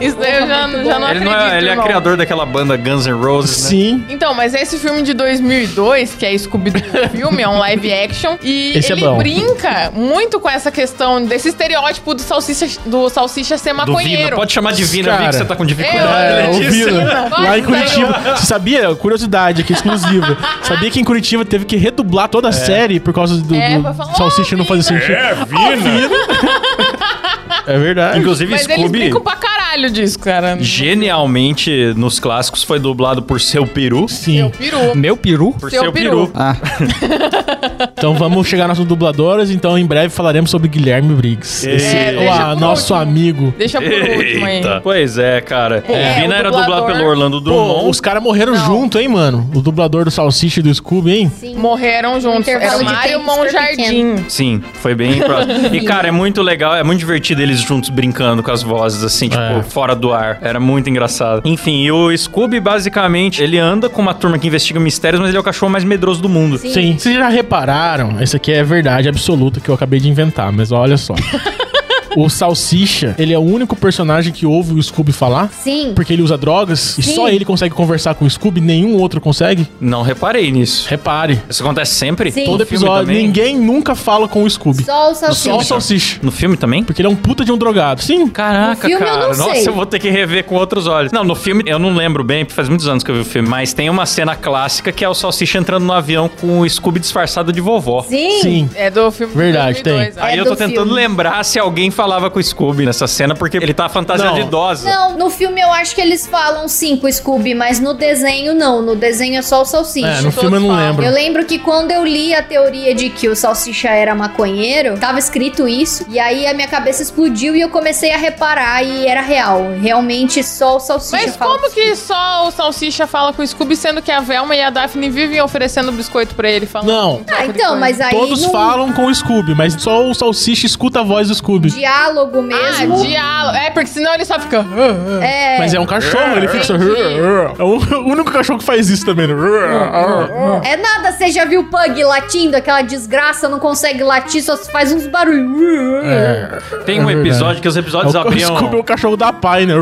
[SPEAKER 2] Isso daí eu já,
[SPEAKER 4] Muito
[SPEAKER 2] já
[SPEAKER 4] bom.
[SPEAKER 1] ele,
[SPEAKER 2] não acredito,
[SPEAKER 1] não é, ele é
[SPEAKER 2] irmão.
[SPEAKER 1] criador daquela banda Guns N' Roses, né?
[SPEAKER 3] Sim.
[SPEAKER 2] Então, mas esse filme de 2002, que é Scooby-Doo filme, é um live action, e
[SPEAKER 3] Esse é
[SPEAKER 2] ele
[SPEAKER 3] bom.
[SPEAKER 2] brinca muito com essa questão desse estereótipo do salsicha, do salsicha ser
[SPEAKER 1] Duvina.
[SPEAKER 2] maconheiro.
[SPEAKER 1] Pode chamar de Vina, eu vi
[SPEAKER 3] Cara.
[SPEAKER 1] que você tá com dificuldade.
[SPEAKER 2] É,
[SPEAKER 1] né,
[SPEAKER 3] o
[SPEAKER 1] disso.
[SPEAKER 3] Vino.
[SPEAKER 2] Vai,
[SPEAKER 3] Lá
[SPEAKER 2] vai.
[SPEAKER 3] em Curitiba. Você sabia? Curiosidade aqui, exclusiva. Sabia que em Curitiba teve que redublar toda a série por causa do,
[SPEAKER 2] É,
[SPEAKER 3] do
[SPEAKER 2] vai falar,
[SPEAKER 3] salsicha
[SPEAKER 2] "Ô,
[SPEAKER 3] não fazer
[SPEAKER 2] Vina."
[SPEAKER 3] sentido? É, verdade.
[SPEAKER 1] Inclusive,
[SPEAKER 2] mas eles
[SPEAKER 1] Scooby,
[SPEAKER 2] brincam pra caralho disso, cara.
[SPEAKER 1] genialmente, nos clássicos, foi dublado por Seu Peru.
[SPEAKER 3] Sim.
[SPEAKER 2] Peru.
[SPEAKER 5] Meu peru?
[SPEAKER 1] Por
[SPEAKER 2] Seu
[SPEAKER 1] Seu,
[SPEAKER 2] Peru.
[SPEAKER 1] Peru.
[SPEAKER 5] Ah,
[SPEAKER 3] Então vamos chegar nas dubladoras. Então em breve falaremos sobre Guilherme Briggs.
[SPEAKER 1] É,
[SPEAKER 3] Esse
[SPEAKER 2] deixa
[SPEAKER 3] o a-
[SPEAKER 2] por
[SPEAKER 3] nosso
[SPEAKER 2] último.
[SPEAKER 3] amigo.
[SPEAKER 2] Deixa por último aí.
[SPEAKER 1] Eita. Pois é, cara.
[SPEAKER 2] É,
[SPEAKER 1] o Vina
[SPEAKER 2] o
[SPEAKER 1] era
[SPEAKER 2] dublador-
[SPEAKER 1] dublado pelo Orlando Drummond.
[SPEAKER 3] Pô, os caras morreram junto, hein, mano? O dublador do Salsicha e do Scooby, hein?
[SPEAKER 4] Sim.
[SPEAKER 2] Morreram juntos.
[SPEAKER 4] Intervalo
[SPEAKER 2] Era
[SPEAKER 4] de
[SPEAKER 2] Mário
[SPEAKER 4] tempo super
[SPEAKER 2] Monjardim.
[SPEAKER 1] Sim, foi bem próximo. E, cara, é muito legal, é muito divertido eles juntos brincando com as vozes, assim, tipo,
[SPEAKER 3] É.
[SPEAKER 1] fora do ar. Era muito engraçado. Enfim, e o Scooby, basicamente, ele anda com uma turma que investiga mistérios, mas ele é o cachorro mais medroso do mundo.
[SPEAKER 4] Sim.
[SPEAKER 3] Sim, vocês já repararam? Isso aqui é verdade absoluta que eu acabei de inventar, mas olha só. o Salsicha, ele é o único personagem que ouve o Scooby falar.
[SPEAKER 4] Sim.
[SPEAKER 3] Porque ele usa drogas e
[SPEAKER 4] Sim.
[SPEAKER 3] só ele consegue conversar com o Scooby, nenhum outro consegue?
[SPEAKER 1] Não reparei nisso.
[SPEAKER 3] Repare.
[SPEAKER 1] Isso acontece sempre?
[SPEAKER 4] Sim.
[SPEAKER 3] Todo
[SPEAKER 1] No filme
[SPEAKER 3] episódio,
[SPEAKER 1] também?
[SPEAKER 3] ninguém nunca fala com o Scooby.
[SPEAKER 4] Só o
[SPEAKER 3] Só o
[SPEAKER 4] salsicha.
[SPEAKER 3] Salsicha.
[SPEAKER 1] No filme também?
[SPEAKER 3] Porque ele é um puta de um drogado. Sim.
[SPEAKER 1] Caraca,
[SPEAKER 4] No filme eu
[SPEAKER 1] cara.
[SPEAKER 4] não
[SPEAKER 1] Nossa,
[SPEAKER 4] sei.
[SPEAKER 1] eu vou ter que rever com outros olhos. Não, no filme eu não lembro bem, porque faz muitos anos que eu vi o filme, mas tem uma cena clássica que é o Salsicha entrando no avião com o Scooby disfarçado de vovó.
[SPEAKER 4] Sim.
[SPEAKER 3] Sim.
[SPEAKER 2] É do filme de
[SPEAKER 3] Verdade,
[SPEAKER 2] 2002,
[SPEAKER 4] É
[SPEAKER 2] ó.
[SPEAKER 1] Aí eu tô
[SPEAKER 4] do
[SPEAKER 1] tentando
[SPEAKER 4] filme.
[SPEAKER 1] lembrar se alguém falava com o Scooby nessa cena, porque ele tá fantasiado
[SPEAKER 3] Não.
[SPEAKER 1] de idosa.
[SPEAKER 4] Não, no filme eu acho que eles falam sim com o Scooby, mas no desenho não. No desenho é só o salsicha.
[SPEAKER 3] É, no
[SPEAKER 2] todos
[SPEAKER 3] filme eu não
[SPEAKER 2] falam.
[SPEAKER 3] lembro.
[SPEAKER 4] Eu lembro que quando eu li a teoria de que o salsicha era maconheiro, tava escrito isso, e aí a minha cabeça explodiu e eu comecei a reparar e era real. Realmente só o salsicha
[SPEAKER 2] Mas
[SPEAKER 4] fala
[SPEAKER 2] como
[SPEAKER 4] com
[SPEAKER 2] que só o Salsicha fala com o Scooby, sendo que a Velma e a Daphne vivem oferecendo biscoito pra ele? Falando
[SPEAKER 3] Não.
[SPEAKER 2] um
[SPEAKER 4] Ah,
[SPEAKER 2] troco de
[SPEAKER 4] então,
[SPEAKER 2] coisa?
[SPEAKER 4] mas aí
[SPEAKER 3] Todos
[SPEAKER 4] num
[SPEAKER 3] falam com o Scooby, mas só o Salsicha escuta a voz do Scooby.
[SPEAKER 4] diálogo mesmo.
[SPEAKER 2] Ah, diálogo. É, porque senão ele só fica.
[SPEAKER 4] é,
[SPEAKER 3] Mas é um cachorro, ele fica só.
[SPEAKER 2] Entendi.
[SPEAKER 3] É o único cachorro que faz isso também. né?
[SPEAKER 4] é nada, você já viu o Pug latindo, aquela desgraça, não consegue latir, só faz uns barulhos.
[SPEAKER 3] É.
[SPEAKER 1] Tem um
[SPEAKER 3] É verdade.
[SPEAKER 1] episódio que os
[SPEAKER 3] É
[SPEAKER 1] episódios
[SPEAKER 3] o, o
[SPEAKER 1] abriam.
[SPEAKER 3] Scooby é o cachorro da pai, né?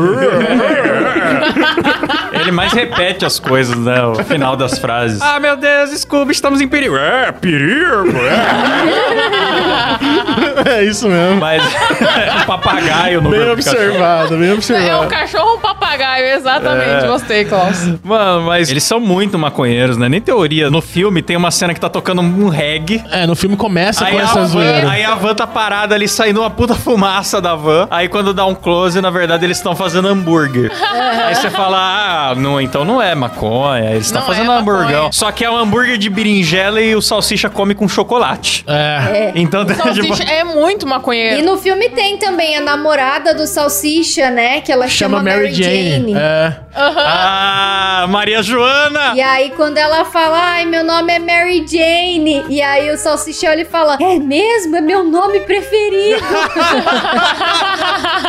[SPEAKER 1] ele mais repete as coisas, né? O final das frases. Ah, meu Deus, Scooby, estamos em perigo. É, perigo, é.
[SPEAKER 3] É isso mesmo.
[SPEAKER 1] Mas um papagaio no
[SPEAKER 3] Bem
[SPEAKER 1] grupo de cachorro.
[SPEAKER 3] observado, bem
[SPEAKER 2] É um
[SPEAKER 3] observado.
[SPEAKER 2] cachorro ou um papagaio, exatamente.
[SPEAKER 1] É.
[SPEAKER 2] Gostei, Klaus.
[SPEAKER 1] Mano, mas eles são muito maconheiros, né? Nem teoria. No filme tem uma cena que tá tocando um reggae.
[SPEAKER 3] É, no filme começa
[SPEAKER 1] Aí
[SPEAKER 3] com
[SPEAKER 1] a,
[SPEAKER 3] essa
[SPEAKER 1] van,
[SPEAKER 3] zoeira.
[SPEAKER 1] aí a van tá parada ali, saindo uma puta fumaça da van. Aí quando dá um close, na verdade eles estão fazendo hambúrguer. aí você fala, ah, não, então não é maconha, eles estão
[SPEAKER 2] Não
[SPEAKER 1] fazendo
[SPEAKER 2] é
[SPEAKER 1] hamburgão.
[SPEAKER 2] maconha.
[SPEAKER 1] Só que é um hambúrguer de berinjela e o salsicha come com chocolate.
[SPEAKER 3] É.
[SPEAKER 1] Então, tipo,
[SPEAKER 2] Salsicha é muito
[SPEAKER 4] E
[SPEAKER 2] maconheiro.
[SPEAKER 4] no filme tem também a namorada do Salsicha, né? Que ela chama,
[SPEAKER 3] Chama Mary Jane. É.
[SPEAKER 1] ah, Maria Joana!
[SPEAKER 4] E aí, quando ela fala, ai, meu nome é Mary Jane. E aí o Salsicha olha e fala, é mesmo? É meu nome preferido.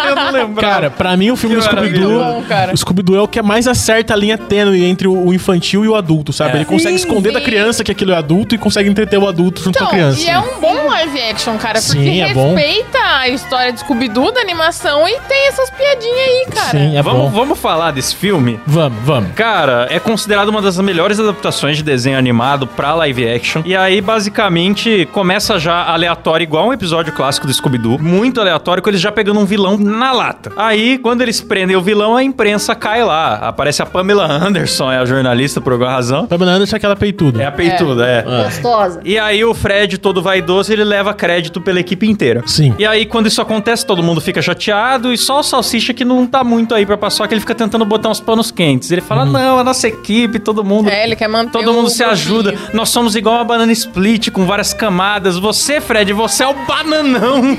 [SPEAKER 1] Eu não lembro.
[SPEAKER 3] Cara, pra mim o filme
[SPEAKER 1] Que
[SPEAKER 3] do Scooby-Doo.
[SPEAKER 1] maravilha.
[SPEAKER 2] Muito bom, cara.
[SPEAKER 3] O Scooby-Doo é o que mais acerta a linha tênue entre o o infantil e o adulto, sabe?
[SPEAKER 1] É.
[SPEAKER 3] Ele consegue
[SPEAKER 2] Sim,
[SPEAKER 3] esconder da
[SPEAKER 2] sim.
[SPEAKER 3] criança que aquilo é adulto e consegue entreter o adulto junto com a criança.
[SPEAKER 2] e é um bom live action, cara, porque
[SPEAKER 3] Sim, é bom.
[SPEAKER 2] respeita a história de Scooby-Doo da animação e tem essas piadinhas aí, cara.
[SPEAKER 3] Sim, é
[SPEAKER 1] vamos,
[SPEAKER 3] bom.
[SPEAKER 1] vamos falar desse filme?
[SPEAKER 3] Vamos, vamos.
[SPEAKER 1] Cara, é considerado uma das melhores adaptações de desenho animado pra live action. E aí, basicamente, começa já aleatório, igual um episódio clássico do Scooby-Doo. Muito aleatório, com eles já pegando um vilão na lata. Aí, quando eles prendem o vilão, a imprensa cai lá. Aparece a Pamela Anderson, é a jornalista, por alguma razão.
[SPEAKER 3] Pamela Anderson é aquela peituda.
[SPEAKER 1] É a peituda, é.
[SPEAKER 4] Gostosa.
[SPEAKER 1] E aí o Fred, todo vaidoso, ele leva crédito pela equipe inteira.
[SPEAKER 3] Sim.
[SPEAKER 1] E aí, quando isso acontece, todo mundo fica chateado e só o Salsicha que não tá muito aí pra passar, que ele fica tentando botar uns panos quentes. Ele fala, não, a nossa equipe, todo mundo...
[SPEAKER 2] É, ele quer manter
[SPEAKER 1] Todo
[SPEAKER 2] o
[SPEAKER 1] mundo se
[SPEAKER 2] gordinho.
[SPEAKER 1] ajuda. Nós somos igual uma banana split com várias camadas. Você, Fred, você é o bananão.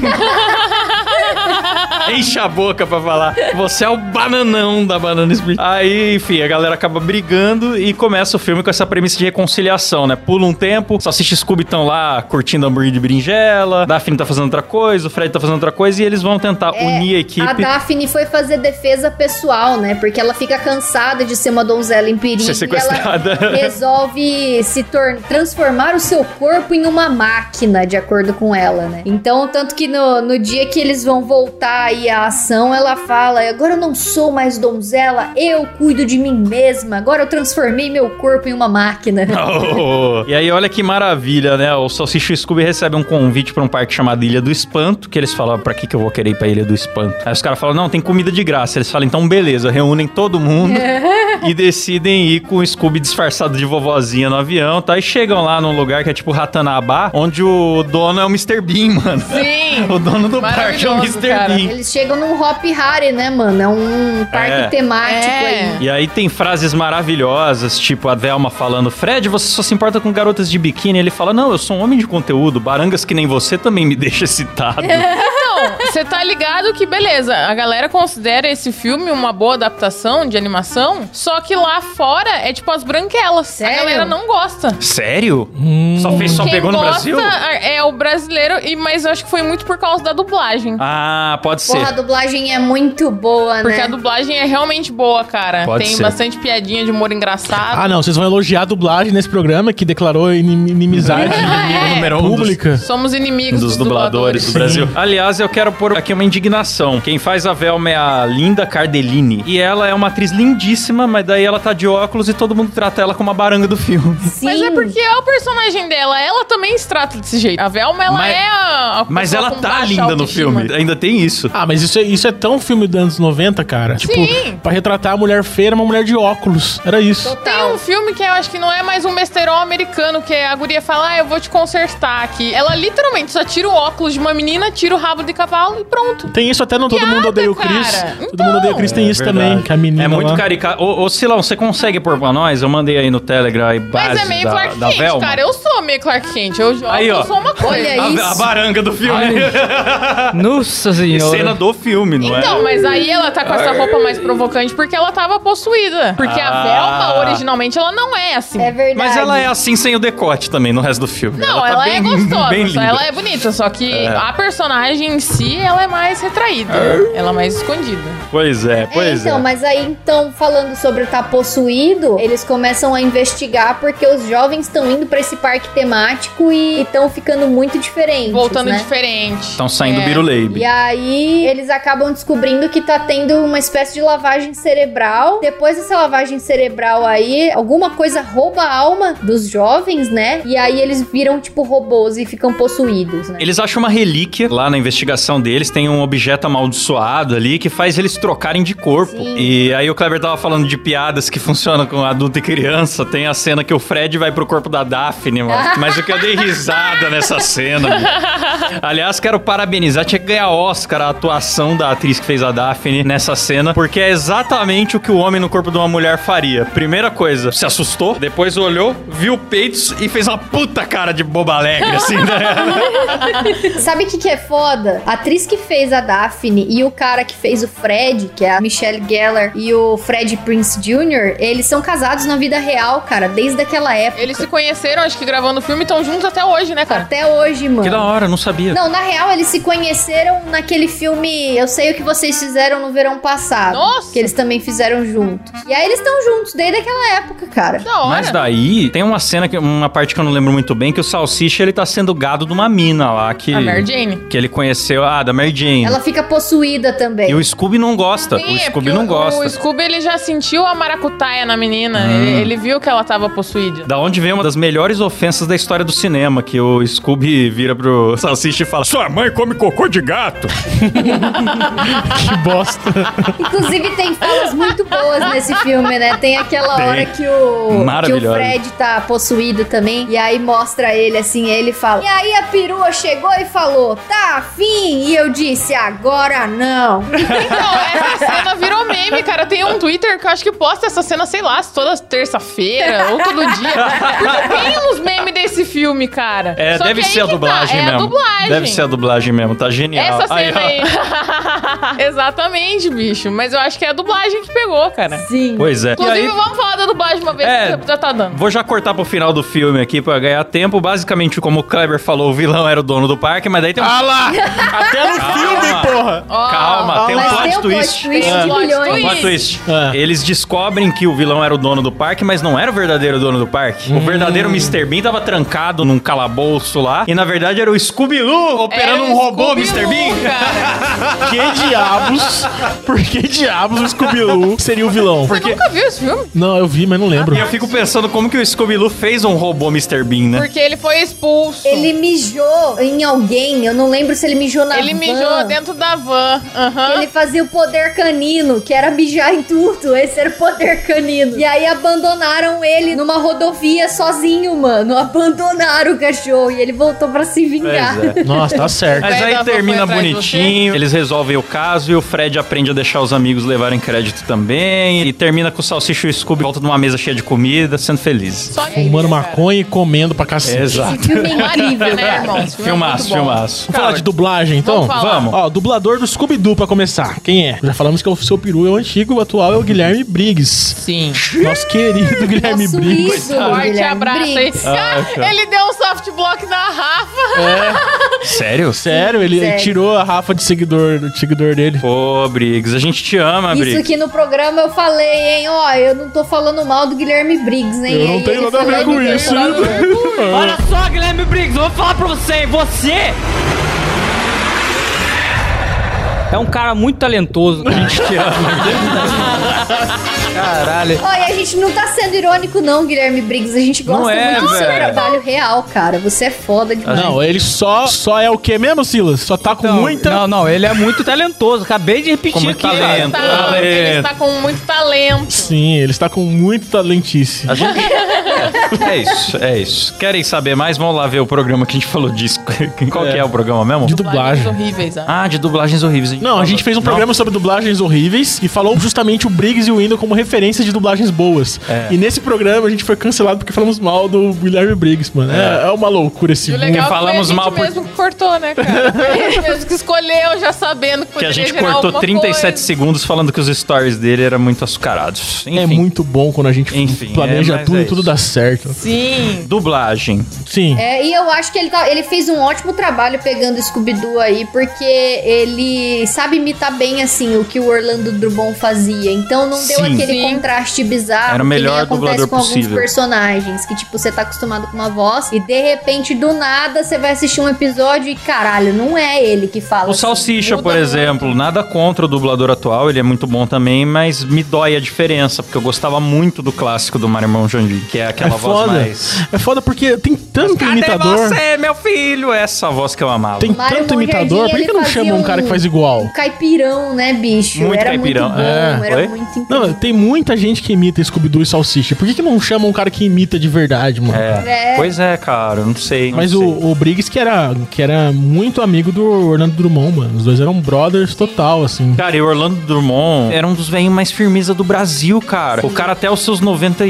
[SPEAKER 1] Enche a boca pra falar. Você é o bananão da banana split. Aí, enfim, a galera acaba brigando e começa o filme com essa premissa de reconciliação, né? Pula um tempo, Salsicha e Scooby estão lá curtindo hambúrguer de berinjela, Daphne tá fazendo outra coisa, o Fred tá fazendo outra coisa e eles vão tentar unir a equipe.
[SPEAKER 4] A Daphne foi fazer defesa pessoal, né? Porque ela fica cansada de ser uma donzela em perigo.
[SPEAKER 1] Ser sequestrada.
[SPEAKER 4] E ela resolve se tor- transformar o seu corpo em uma máquina, de acordo com ela, né? Então, tanto que no, no dia que eles vão voltar aí à ação, ela fala: agora eu não sou mais donzela, eu cuido de mim mesma. Agora eu transformei meu corpo em uma máquina.
[SPEAKER 1] Oh. E aí, olha que maravilha, né? O Salsicha e o Scooby recebe um convite pra um parque chamado Ilha do Espanto, que eles falam, pra que que eu vou querer ir pra Ilha do Espanto? Aí os caras falam, não, tem comida de graça. Eles falam, então beleza, reúnem todo mundo e decidem ir com o Scooby disfarçado de vovozinha no avião, tá? E chegam lá num lugar que é tipo Ratanabá, onde o dono é o Mr. Bean, mano.
[SPEAKER 2] Sim.
[SPEAKER 1] O dono do parque é o
[SPEAKER 2] Maravilhoso,
[SPEAKER 1] Mr.
[SPEAKER 2] cara.
[SPEAKER 1] Bean.
[SPEAKER 4] Eles chegam num Hop Harry, né, mano? É um parque
[SPEAKER 1] É.
[SPEAKER 4] temático
[SPEAKER 2] É.
[SPEAKER 4] aí.
[SPEAKER 1] E aí tem frases maravilhosas, tipo a Velma falando: Fred, você só se importa com garotas de biquíni. Ele fala: Não, eu sou um homem de conteúdo. Barangas que nem você também me deixa excitado.
[SPEAKER 2] Então, você tá ligado que, beleza, a galera considera esse filme uma boa adaptação de animação, só que lá fora é tipo as branquelas.
[SPEAKER 4] Sério?
[SPEAKER 2] A galera não gosta.
[SPEAKER 1] Sério? Só fez, só
[SPEAKER 2] Hum. Quem
[SPEAKER 1] pegou no
[SPEAKER 2] gosta
[SPEAKER 1] Brasil?
[SPEAKER 2] é o brasileiro, e mas eu acho que foi muito por causa da dublagem.
[SPEAKER 1] Ah, pode ser.
[SPEAKER 4] Porra, a dublagem é muito boa,
[SPEAKER 2] Porque
[SPEAKER 4] né?
[SPEAKER 2] a dublagem é realmente boa, cara.
[SPEAKER 1] Pode
[SPEAKER 2] Tem
[SPEAKER 1] ser.
[SPEAKER 2] bastante piadinha de humor engraçado.
[SPEAKER 3] Ah, não, vocês vão elogiar a dublagem nesse programa que declarou inim- inimizade
[SPEAKER 2] É.
[SPEAKER 1] Inimigo número um dos-
[SPEAKER 3] pública.
[SPEAKER 2] Somos inimigos
[SPEAKER 1] Um Dos dubladores do Brasil. Aliás, eu quero pôr aqui uma indignação. Quem faz a Velma é a Linda Cardellini. E ela é uma atriz lindíssima, mas daí ela tá de óculos e todo mundo trata ela como a baranga do filme.
[SPEAKER 4] Sim.
[SPEAKER 2] Mas é porque é o personagem dela. Ela também se trata desse jeito. A Velma, ela
[SPEAKER 1] Mas-
[SPEAKER 2] é a. a
[SPEAKER 1] Mas
[SPEAKER 2] pessoa
[SPEAKER 1] ela
[SPEAKER 2] com
[SPEAKER 1] tá
[SPEAKER 2] baixa
[SPEAKER 1] linda no
[SPEAKER 2] autoestima.
[SPEAKER 1] filme. Ainda tem isso.
[SPEAKER 3] Ah, mas isso é, isso é tão filme dos anos 90, cara.
[SPEAKER 2] Sim.
[SPEAKER 3] Tipo, pra retratar a mulher feia, era uma mulher de óculos. Era isso.
[SPEAKER 2] Tem um filme que eu acho que não é mais um besterol americano, que a guria fala, ah, eu vou te consertar aqui. Ela literalmente só tira o óculos de uma menina, tira o rabo de cavalo e pronto.
[SPEAKER 3] Tem isso até no Todo
[SPEAKER 2] Piada,
[SPEAKER 3] Mundo Odeia o Chris.
[SPEAKER 2] cara.
[SPEAKER 3] Todo Mundo Odeia o Chris tem isso também. Que a menina
[SPEAKER 1] É muito
[SPEAKER 3] lá-
[SPEAKER 1] caricato. Ô, ô, Silão, você consegue pôr pra nós? Eu mandei aí no Telegram aí base
[SPEAKER 2] Mas é meio
[SPEAKER 1] da,
[SPEAKER 2] Clark
[SPEAKER 1] da
[SPEAKER 2] Kent,
[SPEAKER 1] Velma.
[SPEAKER 2] cara. Eu sou meio Clark Kent. Eu jogo,
[SPEAKER 1] Aí, ó.
[SPEAKER 2] eu sou uma coisa.
[SPEAKER 4] Olha aí.
[SPEAKER 1] a, a baranga do filme.
[SPEAKER 5] Nossa
[SPEAKER 1] E
[SPEAKER 5] senhora.
[SPEAKER 1] Cena do filme, não
[SPEAKER 2] Então,
[SPEAKER 1] é?
[SPEAKER 2] mas aí ela tá com essa roupa mais provocante porque ela tava possuída. Porque
[SPEAKER 1] Ah.
[SPEAKER 2] a Velma, originalmente, ela não é assim.
[SPEAKER 4] É verdade.
[SPEAKER 1] Mas ela é assim sem o decote também no resto do filme.
[SPEAKER 2] Não, ela,
[SPEAKER 1] tá
[SPEAKER 2] é
[SPEAKER 1] bem-
[SPEAKER 2] gostosa,
[SPEAKER 1] bem linda.
[SPEAKER 2] ela é bonita, só que a personagem em si, ela é mais retraída. Ela é mais escondida.
[SPEAKER 1] Pois é,
[SPEAKER 4] É,
[SPEAKER 1] pois é.
[SPEAKER 4] então, mas aí então, falando sobre tá possuído, eles começam a investigar porque os jovens estão indo pra esse parque temático e estão ficando muito diferentes.
[SPEAKER 2] Voltando
[SPEAKER 4] né?
[SPEAKER 2] diferente.
[SPEAKER 1] Estão saindo
[SPEAKER 2] É.
[SPEAKER 1] biruleibe.
[SPEAKER 4] E aí eles acabam descobrindo que tá tendo uma espécie de lavagem cerebral. Depois dessa lavagem cerebral aí, alguma coisa rouba a alma dos jovens, né? E aí eles viram tipo robôs e ficam possuídos, né?
[SPEAKER 1] Eles acham uma relíquia lá na investigação deles, tem um objeto amaldiçoado ali que faz eles trocarem de corpo.
[SPEAKER 4] Sim.
[SPEAKER 1] E aí o Kleber tava falando de piadas que funcionam com adulto e criança. Tem a cena que o Fred vai pro corpo da Daphne, mano. Mas o que eu dei risada nessa cena. bicho. Aliás, quero parabenizar, tinha que ganhar Oscar a atuação da atriz que fez a Daphne nessa cena, porque é exatamente o que o homem no corpo de uma mulher faria. Primeira coisa, se assustou, depois olhou, viu peitos e fez uma puta cara de boba alegre, assim, né?
[SPEAKER 4] Sabe o que, que é foda? A atriz que fez a Daphne e o cara que fez o Fred, que é a Michelle Geller e o Fred Prince Jr., eles são casados na vida real, cara, desde aquela época.
[SPEAKER 2] Eles se conheceram, acho que gravando o filme, estão juntos até hoje, né, cara?
[SPEAKER 4] Até hoje, mano.
[SPEAKER 1] Que da hora, não sabia.
[SPEAKER 4] Não, na real, eles se conheceram naquele filme Eu Sei O Que Vocês Fizeram no Verão Passado.
[SPEAKER 2] Nossa!
[SPEAKER 4] Que eles também fizeram juntos. E aí eles estão juntos desde aquela época, cara.
[SPEAKER 2] Da hora.
[SPEAKER 1] Mas daí tem uma cena, que, uma parte que eu não lembro muito bem, que o Salsicha ele tá sendo gado de uma mina lá que.
[SPEAKER 2] A Mary Jane.
[SPEAKER 1] Que ele conheceu. Ah, da Mary Jane.
[SPEAKER 4] Ela fica possuída também.
[SPEAKER 1] E o Scooby não gosta.
[SPEAKER 2] Sim,
[SPEAKER 1] o
[SPEAKER 2] é
[SPEAKER 1] Scooby
[SPEAKER 2] porque
[SPEAKER 1] não
[SPEAKER 2] o-
[SPEAKER 1] gosta.
[SPEAKER 2] O Scooby ele já sentiu a maracutaia na menina.
[SPEAKER 1] Hum.
[SPEAKER 2] Ele, ele viu que ela tava possuída.
[SPEAKER 1] Da onde vem uma das melhores ofensas da história do cinema, que o Scooby vira pro Salsicha e fala: Sua mãe come cocô de gato.
[SPEAKER 3] Que bosta.
[SPEAKER 4] Inclusive, tem falas muito boas nesse filme, né? Tem aquela
[SPEAKER 1] Tem.
[SPEAKER 4] hora que o, que o
[SPEAKER 1] Maravilhosa.
[SPEAKER 4] Fred tá possuído também. E aí mostra ele assim, ele fala. E aí a perua chegou e falou: tá afim? E eu disse, agora não.
[SPEAKER 2] Então, essa cena virou meme, cara. Tem um Twitter que eu acho que posta essa cena, sei lá, toda terça-feira ou todo dia. Porque tem uns memes desse filme, cara.
[SPEAKER 1] É,
[SPEAKER 2] Só
[SPEAKER 1] deve
[SPEAKER 2] que aí
[SPEAKER 1] ser a
[SPEAKER 2] que tá,
[SPEAKER 1] dublagem
[SPEAKER 2] é
[SPEAKER 1] mesmo.
[SPEAKER 2] A dublagem.
[SPEAKER 1] Deve ser a dublagem mesmo, tá genial.
[SPEAKER 2] Essa cena
[SPEAKER 1] ó.
[SPEAKER 2] aí. Exatamente, bicho. Mas eu acho que é a dublagem que pegou, cara.
[SPEAKER 4] Sim.
[SPEAKER 1] Pois é. E
[SPEAKER 2] Inclusive,
[SPEAKER 1] aí-
[SPEAKER 2] vamos falar da dublagem uma vez
[SPEAKER 1] É.
[SPEAKER 2] que já tá dando.
[SPEAKER 1] Vou já cortar pro final do filme aqui pra ganhar tempo. Basicamente, como o Kleber falou, o vilão era o dono do parque, mas daí tem um.
[SPEAKER 3] Ah lá! Até
[SPEAKER 1] Ah.
[SPEAKER 3] no filme, porra!
[SPEAKER 2] Ó,
[SPEAKER 1] Calma,
[SPEAKER 2] Ah, ó,
[SPEAKER 1] tem um
[SPEAKER 4] Mas
[SPEAKER 1] plot
[SPEAKER 4] tem um plot
[SPEAKER 1] twist.
[SPEAKER 4] twist
[SPEAKER 2] É.
[SPEAKER 4] de
[SPEAKER 2] Plot
[SPEAKER 4] milhões.
[SPEAKER 1] Um
[SPEAKER 2] twist.
[SPEAKER 1] plot twist.
[SPEAKER 3] É.
[SPEAKER 1] Eles descobrem que o vilão era o dono do parque, mas não era o verdadeiro dono do parque. O verdadeiro
[SPEAKER 3] Hum.
[SPEAKER 1] Mr. Bean tava trancado num calabouço lá. E na verdade era o Scooby-Loo operando
[SPEAKER 2] Era
[SPEAKER 1] um
[SPEAKER 2] o
[SPEAKER 1] robô,
[SPEAKER 2] Scooby-Doo,
[SPEAKER 1] Mr. Bean.
[SPEAKER 2] é, cara.
[SPEAKER 3] Que diabos? Por que diabos o Scooby-Doo seria o vilão?
[SPEAKER 2] Você nunca viu esse filme?
[SPEAKER 3] Não, eu vi, mas não lembro.
[SPEAKER 1] E eu fico pensando como que o Scooby-Loo fez um robô Mr. Bean, né?
[SPEAKER 2] Porque ele foi expulso.
[SPEAKER 4] Ele mijou em alguém, eu não lembro se ele mijou na
[SPEAKER 2] Ele
[SPEAKER 4] van.
[SPEAKER 2] mijou dentro da van. Aham.
[SPEAKER 4] Ele fazia o poder canino, que era mijar em tudo, esse era o poder canino. E aí abandonaram ele numa rodovia sozinho, mano. Abandonaram o cachorro e ele voltou pra se vingar.
[SPEAKER 1] Pois é.
[SPEAKER 3] Nossa, tá certo.
[SPEAKER 1] Mas
[SPEAKER 2] Fred
[SPEAKER 1] aí
[SPEAKER 2] Arthur
[SPEAKER 1] termina
[SPEAKER 2] foi atrás de
[SPEAKER 1] bonitinho, eles resolvem o caso e o Fred aprende a deixar os amigos levarem crédito também. E termina com o Salsicha e o Scooby volta numa mesa cheia de comida, sendo felizes.
[SPEAKER 2] Só que-
[SPEAKER 3] Fumando
[SPEAKER 2] É cara.
[SPEAKER 3] maconha e comendo pra cacete.
[SPEAKER 1] Exato.
[SPEAKER 4] Esse filme é incrível,
[SPEAKER 2] né, irmão? Esse filme é
[SPEAKER 1] Filmaço,
[SPEAKER 2] muito bom.
[SPEAKER 1] filmaço.
[SPEAKER 3] Vamos falar de dublagem, então?
[SPEAKER 2] Vamos falar.
[SPEAKER 1] Vamos.
[SPEAKER 3] Ó, dublador do Scooby-Doo pra começar. Quem é? Já falamos que o seu peru é o antigo, o atual é o Guilherme Briggs.
[SPEAKER 2] Sim.
[SPEAKER 3] Nosso querido Guilherme
[SPEAKER 4] Nosso
[SPEAKER 3] Briggs.
[SPEAKER 4] ídolo,
[SPEAKER 2] Forte
[SPEAKER 4] Guilherme
[SPEAKER 2] abraço, hein?
[SPEAKER 4] Briggs.
[SPEAKER 1] Ah, cara.
[SPEAKER 2] Ele deu um soft block na Rafa.
[SPEAKER 1] Sério?
[SPEAKER 3] Sério, ele
[SPEAKER 4] Sério.
[SPEAKER 3] tirou a Rafa de seguidor, do seguidor dele.
[SPEAKER 1] Ô, Briggs, a gente te
[SPEAKER 3] Ah,
[SPEAKER 1] ama,
[SPEAKER 4] Isso
[SPEAKER 1] Briggs.
[SPEAKER 4] aqui no programa eu falei, hein? Ó, eu não tô falando mal do Guilherme Briggs, hein? É
[SPEAKER 3] Eu não
[SPEAKER 4] Ele
[SPEAKER 3] tenho nada a
[SPEAKER 4] foi lá
[SPEAKER 3] ver
[SPEAKER 4] e
[SPEAKER 3] com
[SPEAKER 4] me deu
[SPEAKER 3] isso.
[SPEAKER 4] um valor.
[SPEAKER 5] Olha só, Guilherme Briggs, eu vou falar pra você, hein? Você é um cara muito talentoso, cara. Caralho.
[SPEAKER 4] Ó, e a gente não tá sendo irônico, não, Guilherme Briggs. A gente gosta
[SPEAKER 1] Não é,
[SPEAKER 4] muito do seu
[SPEAKER 1] velho.
[SPEAKER 4] trabalho real, cara. Você é foda demais.
[SPEAKER 3] Não, ele só, só é o que mesmo, Silas? Só tá com
[SPEAKER 5] Então,
[SPEAKER 3] muita...
[SPEAKER 5] Não, não, ele é muito talentoso. Acabei de repetir
[SPEAKER 1] Com muito
[SPEAKER 5] aqui. é. cara.
[SPEAKER 1] talento.
[SPEAKER 2] Tá,
[SPEAKER 1] Talento.
[SPEAKER 2] ele está com muito talento.
[SPEAKER 3] Sim, ele está com muito talentice.
[SPEAKER 1] A gente... é, é isso, é isso. Querem saber mais? Vão lá ver o programa que a gente falou disso. Qual que é o programa mesmo?
[SPEAKER 3] De dublagem.
[SPEAKER 2] horríveis, ó.
[SPEAKER 1] Ah, de dublagens horríveis. A gente
[SPEAKER 3] Não, a gente fez um programa sobre dublagens horríveis e falou justamente o Briggs e o Window como referência de dublagens boas.
[SPEAKER 1] É.
[SPEAKER 3] E nesse programa a gente foi cancelado porque falamos mal do Guilherme Briggs, mano. É, é uma loucura esse
[SPEAKER 2] E o
[SPEAKER 3] mundo.
[SPEAKER 2] legal
[SPEAKER 1] falamos
[SPEAKER 2] foi a gente
[SPEAKER 1] mal por-
[SPEAKER 2] mesmo que cortou, né, cara? Foi ele mesmo que escolheu, já sabendo que
[SPEAKER 1] Que
[SPEAKER 2] poderia
[SPEAKER 1] a gente
[SPEAKER 2] gerar
[SPEAKER 1] cortou
[SPEAKER 2] alguma
[SPEAKER 1] 37
[SPEAKER 2] coisa.
[SPEAKER 1] segundos falando que os stories dele eram muito açucarados. Enfim,
[SPEAKER 3] É muito bom quando a gente
[SPEAKER 1] Enfim, é,
[SPEAKER 3] planeja
[SPEAKER 1] mas
[SPEAKER 3] tudo
[SPEAKER 1] é
[SPEAKER 3] e tudo
[SPEAKER 1] isso.
[SPEAKER 3] dá certo.
[SPEAKER 2] Sim.
[SPEAKER 1] Dublagem.
[SPEAKER 3] Sim.
[SPEAKER 4] É, e eu acho que ele, tá- ele fez um ótimo trabalho pegando o Scooby-Doo aí, porque ele sabe imitar bem, assim, o que o Orlando Drummond fazia. Então não deu
[SPEAKER 1] Sim.
[SPEAKER 4] aquele
[SPEAKER 2] Sim.
[SPEAKER 4] contraste bizarro
[SPEAKER 1] Era o melhor
[SPEAKER 4] que nem acontece
[SPEAKER 1] dublador
[SPEAKER 4] com
[SPEAKER 1] possível.
[SPEAKER 4] alguns personagens. Que, tipo, você tá acostumado com uma voz e, de repente, do nada, você vai assistir um episódio e, caralho, não é ele que fala.
[SPEAKER 1] O
[SPEAKER 4] assim.
[SPEAKER 1] Salsicha,
[SPEAKER 2] muda
[SPEAKER 1] por
[SPEAKER 2] muito.
[SPEAKER 1] exemplo, nada contra o dublador atual, ele é muito bom também, mas me dói a diferença, porque eu gostava muito do clássico do Marimão Jandir, que é aquela
[SPEAKER 3] É
[SPEAKER 1] voz
[SPEAKER 3] foda.
[SPEAKER 1] mais.
[SPEAKER 3] É foda porque tem tanto imitador.
[SPEAKER 1] você, meu filho? Essa voz que eu amava.
[SPEAKER 3] Tem
[SPEAKER 4] Mário
[SPEAKER 3] tanto
[SPEAKER 4] Monjardim,
[SPEAKER 3] imitador. Por que,
[SPEAKER 4] ele
[SPEAKER 3] que não
[SPEAKER 4] fazia
[SPEAKER 3] chama um cara que faz igual?
[SPEAKER 4] Um caipirão, né, bicho?
[SPEAKER 1] Muito
[SPEAKER 4] era
[SPEAKER 1] caipirão,
[SPEAKER 4] muito bom,
[SPEAKER 1] é.
[SPEAKER 4] era
[SPEAKER 1] Oi?
[SPEAKER 4] muito incrível.
[SPEAKER 3] Não, tem muita gente que imita Scooby-Doo e Salsicha. Por que, que não chama um cara que imita de verdade, mano?
[SPEAKER 1] É.
[SPEAKER 4] É.
[SPEAKER 1] Pois é, cara, eu não sei. não
[SPEAKER 3] Mas
[SPEAKER 1] sei.
[SPEAKER 3] o, o Briggs, que era, que era muito amigo do Orlando Drummond, mano. Os dois eram brothers total, assim.
[SPEAKER 1] Cara, e o Orlando Drummond era um dos velhos mais firmeza do Brasil, cara. O cara até os seus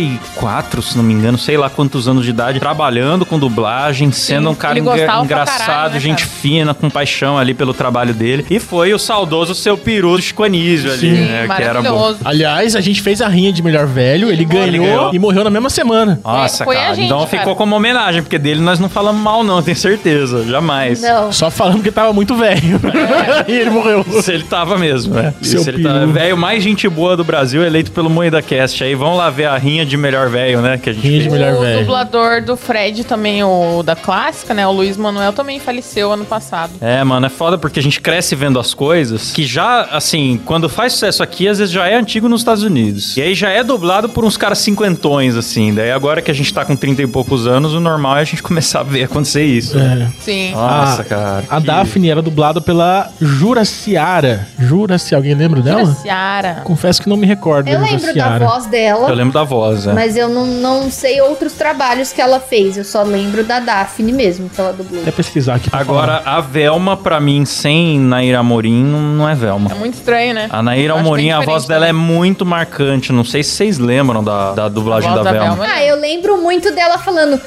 [SPEAKER 1] 94, se não me engano, sei lá quantos anos de idade, trabalhando com dublagem, sendo um cara
[SPEAKER 2] ele gostava
[SPEAKER 1] engra-
[SPEAKER 2] pra
[SPEAKER 1] engraçado,
[SPEAKER 2] caralho, né,
[SPEAKER 1] gente
[SPEAKER 2] cara?
[SPEAKER 1] fina, com paixão ali pelo trabalho dele. E foi o saudoso seu peru do Chico Anísio ali,
[SPEAKER 2] Sim,
[SPEAKER 1] né? Que era bom.
[SPEAKER 2] maravilhoso.
[SPEAKER 3] Aliás, a gente fez a rinha de melhor velho, ele, ganhou,
[SPEAKER 1] ganhou.
[SPEAKER 3] e morreu na mesma semana.
[SPEAKER 1] Nossa,
[SPEAKER 2] foi a
[SPEAKER 1] cara.
[SPEAKER 2] gente,
[SPEAKER 1] então
[SPEAKER 2] cara.
[SPEAKER 1] ficou como homenagem, porque dele nós não falamos mal, não, tenho certeza. Jamais.
[SPEAKER 4] Não.
[SPEAKER 3] Só falando que tava muito velho. e ele morreu.
[SPEAKER 1] Se ele tava mesmo, né?
[SPEAKER 3] Seu
[SPEAKER 1] Se ele tava.
[SPEAKER 3] peru.
[SPEAKER 1] Velho mais gente boa do Brasil, eleito pelo Moeda Cast. Aí vão lá ver a rinha de melhor velho, né? Que a gente
[SPEAKER 3] Rinha
[SPEAKER 1] fez.
[SPEAKER 3] de Melhor
[SPEAKER 2] o
[SPEAKER 3] velho.
[SPEAKER 2] dublador do Fred também, o da clássica, né? O Luiz Manuel também faleceu ano passado.
[SPEAKER 1] É, mano, é foda porque a gente cresce vendo as coisas que já, assim, quando faz sucesso aqui, às vezes já é antigo nos Estados Unidos. E aí já é dublado por uns caras cinquentões, assim. Daí agora que a gente tá com 30 e poucos anos, o normal é a gente começar a ver acontecer isso.
[SPEAKER 3] É.
[SPEAKER 2] Sim.
[SPEAKER 1] Nossa,
[SPEAKER 3] A-
[SPEAKER 1] cara.
[SPEAKER 3] A
[SPEAKER 1] que-
[SPEAKER 3] Daphne era dublada pela Juraciara. Juraci, alguém lembra dela?
[SPEAKER 2] Ciara.
[SPEAKER 3] Confesso que não me recordo.
[SPEAKER 4] Eu
[SPEAKER 3] da
[SPEAKER 4] lembro da
[SPEAKER 3] Juraciara.
[SPEAKER 4] voz dela.
[SPEAKER 1] Eu lembro da voz, né?
[SPEAKER 4] Mas eu não, não sei outros trabalhos que ela fez. Eu só lembro da Daphne mesmo, que ela dublou.
[SPEAKER 3] Até pesquisar aqui. pra
[SPEAKER 1] Agora, a Velma, pra mim, sem Naira Morim, não é Velma.
[SPEAKER 2] É muito estranho, né?
[SPEAKER 1] A Naira
[SPEAKER 2] Eu acho
[SPEAKER 1] Morim,
[SPEAKER 2] bem
[SPEAKER 1] a voz
[SPEAKER 2] diferente
[SPEAKER 1] dela é
[SPEAKER 2] também.
[SPEAKER 1] muito marcante. Não sei se vocês lembram da, da dublagem
[SPEAKER 2] A
[SPEAKER 1] da,
[SPEAKER 2] voz da
[SPEAKER 1] Velma.
[SPEAKER 2] Velma. né?
[SPEAKER 4] Ah, eu lembro muito dela falando: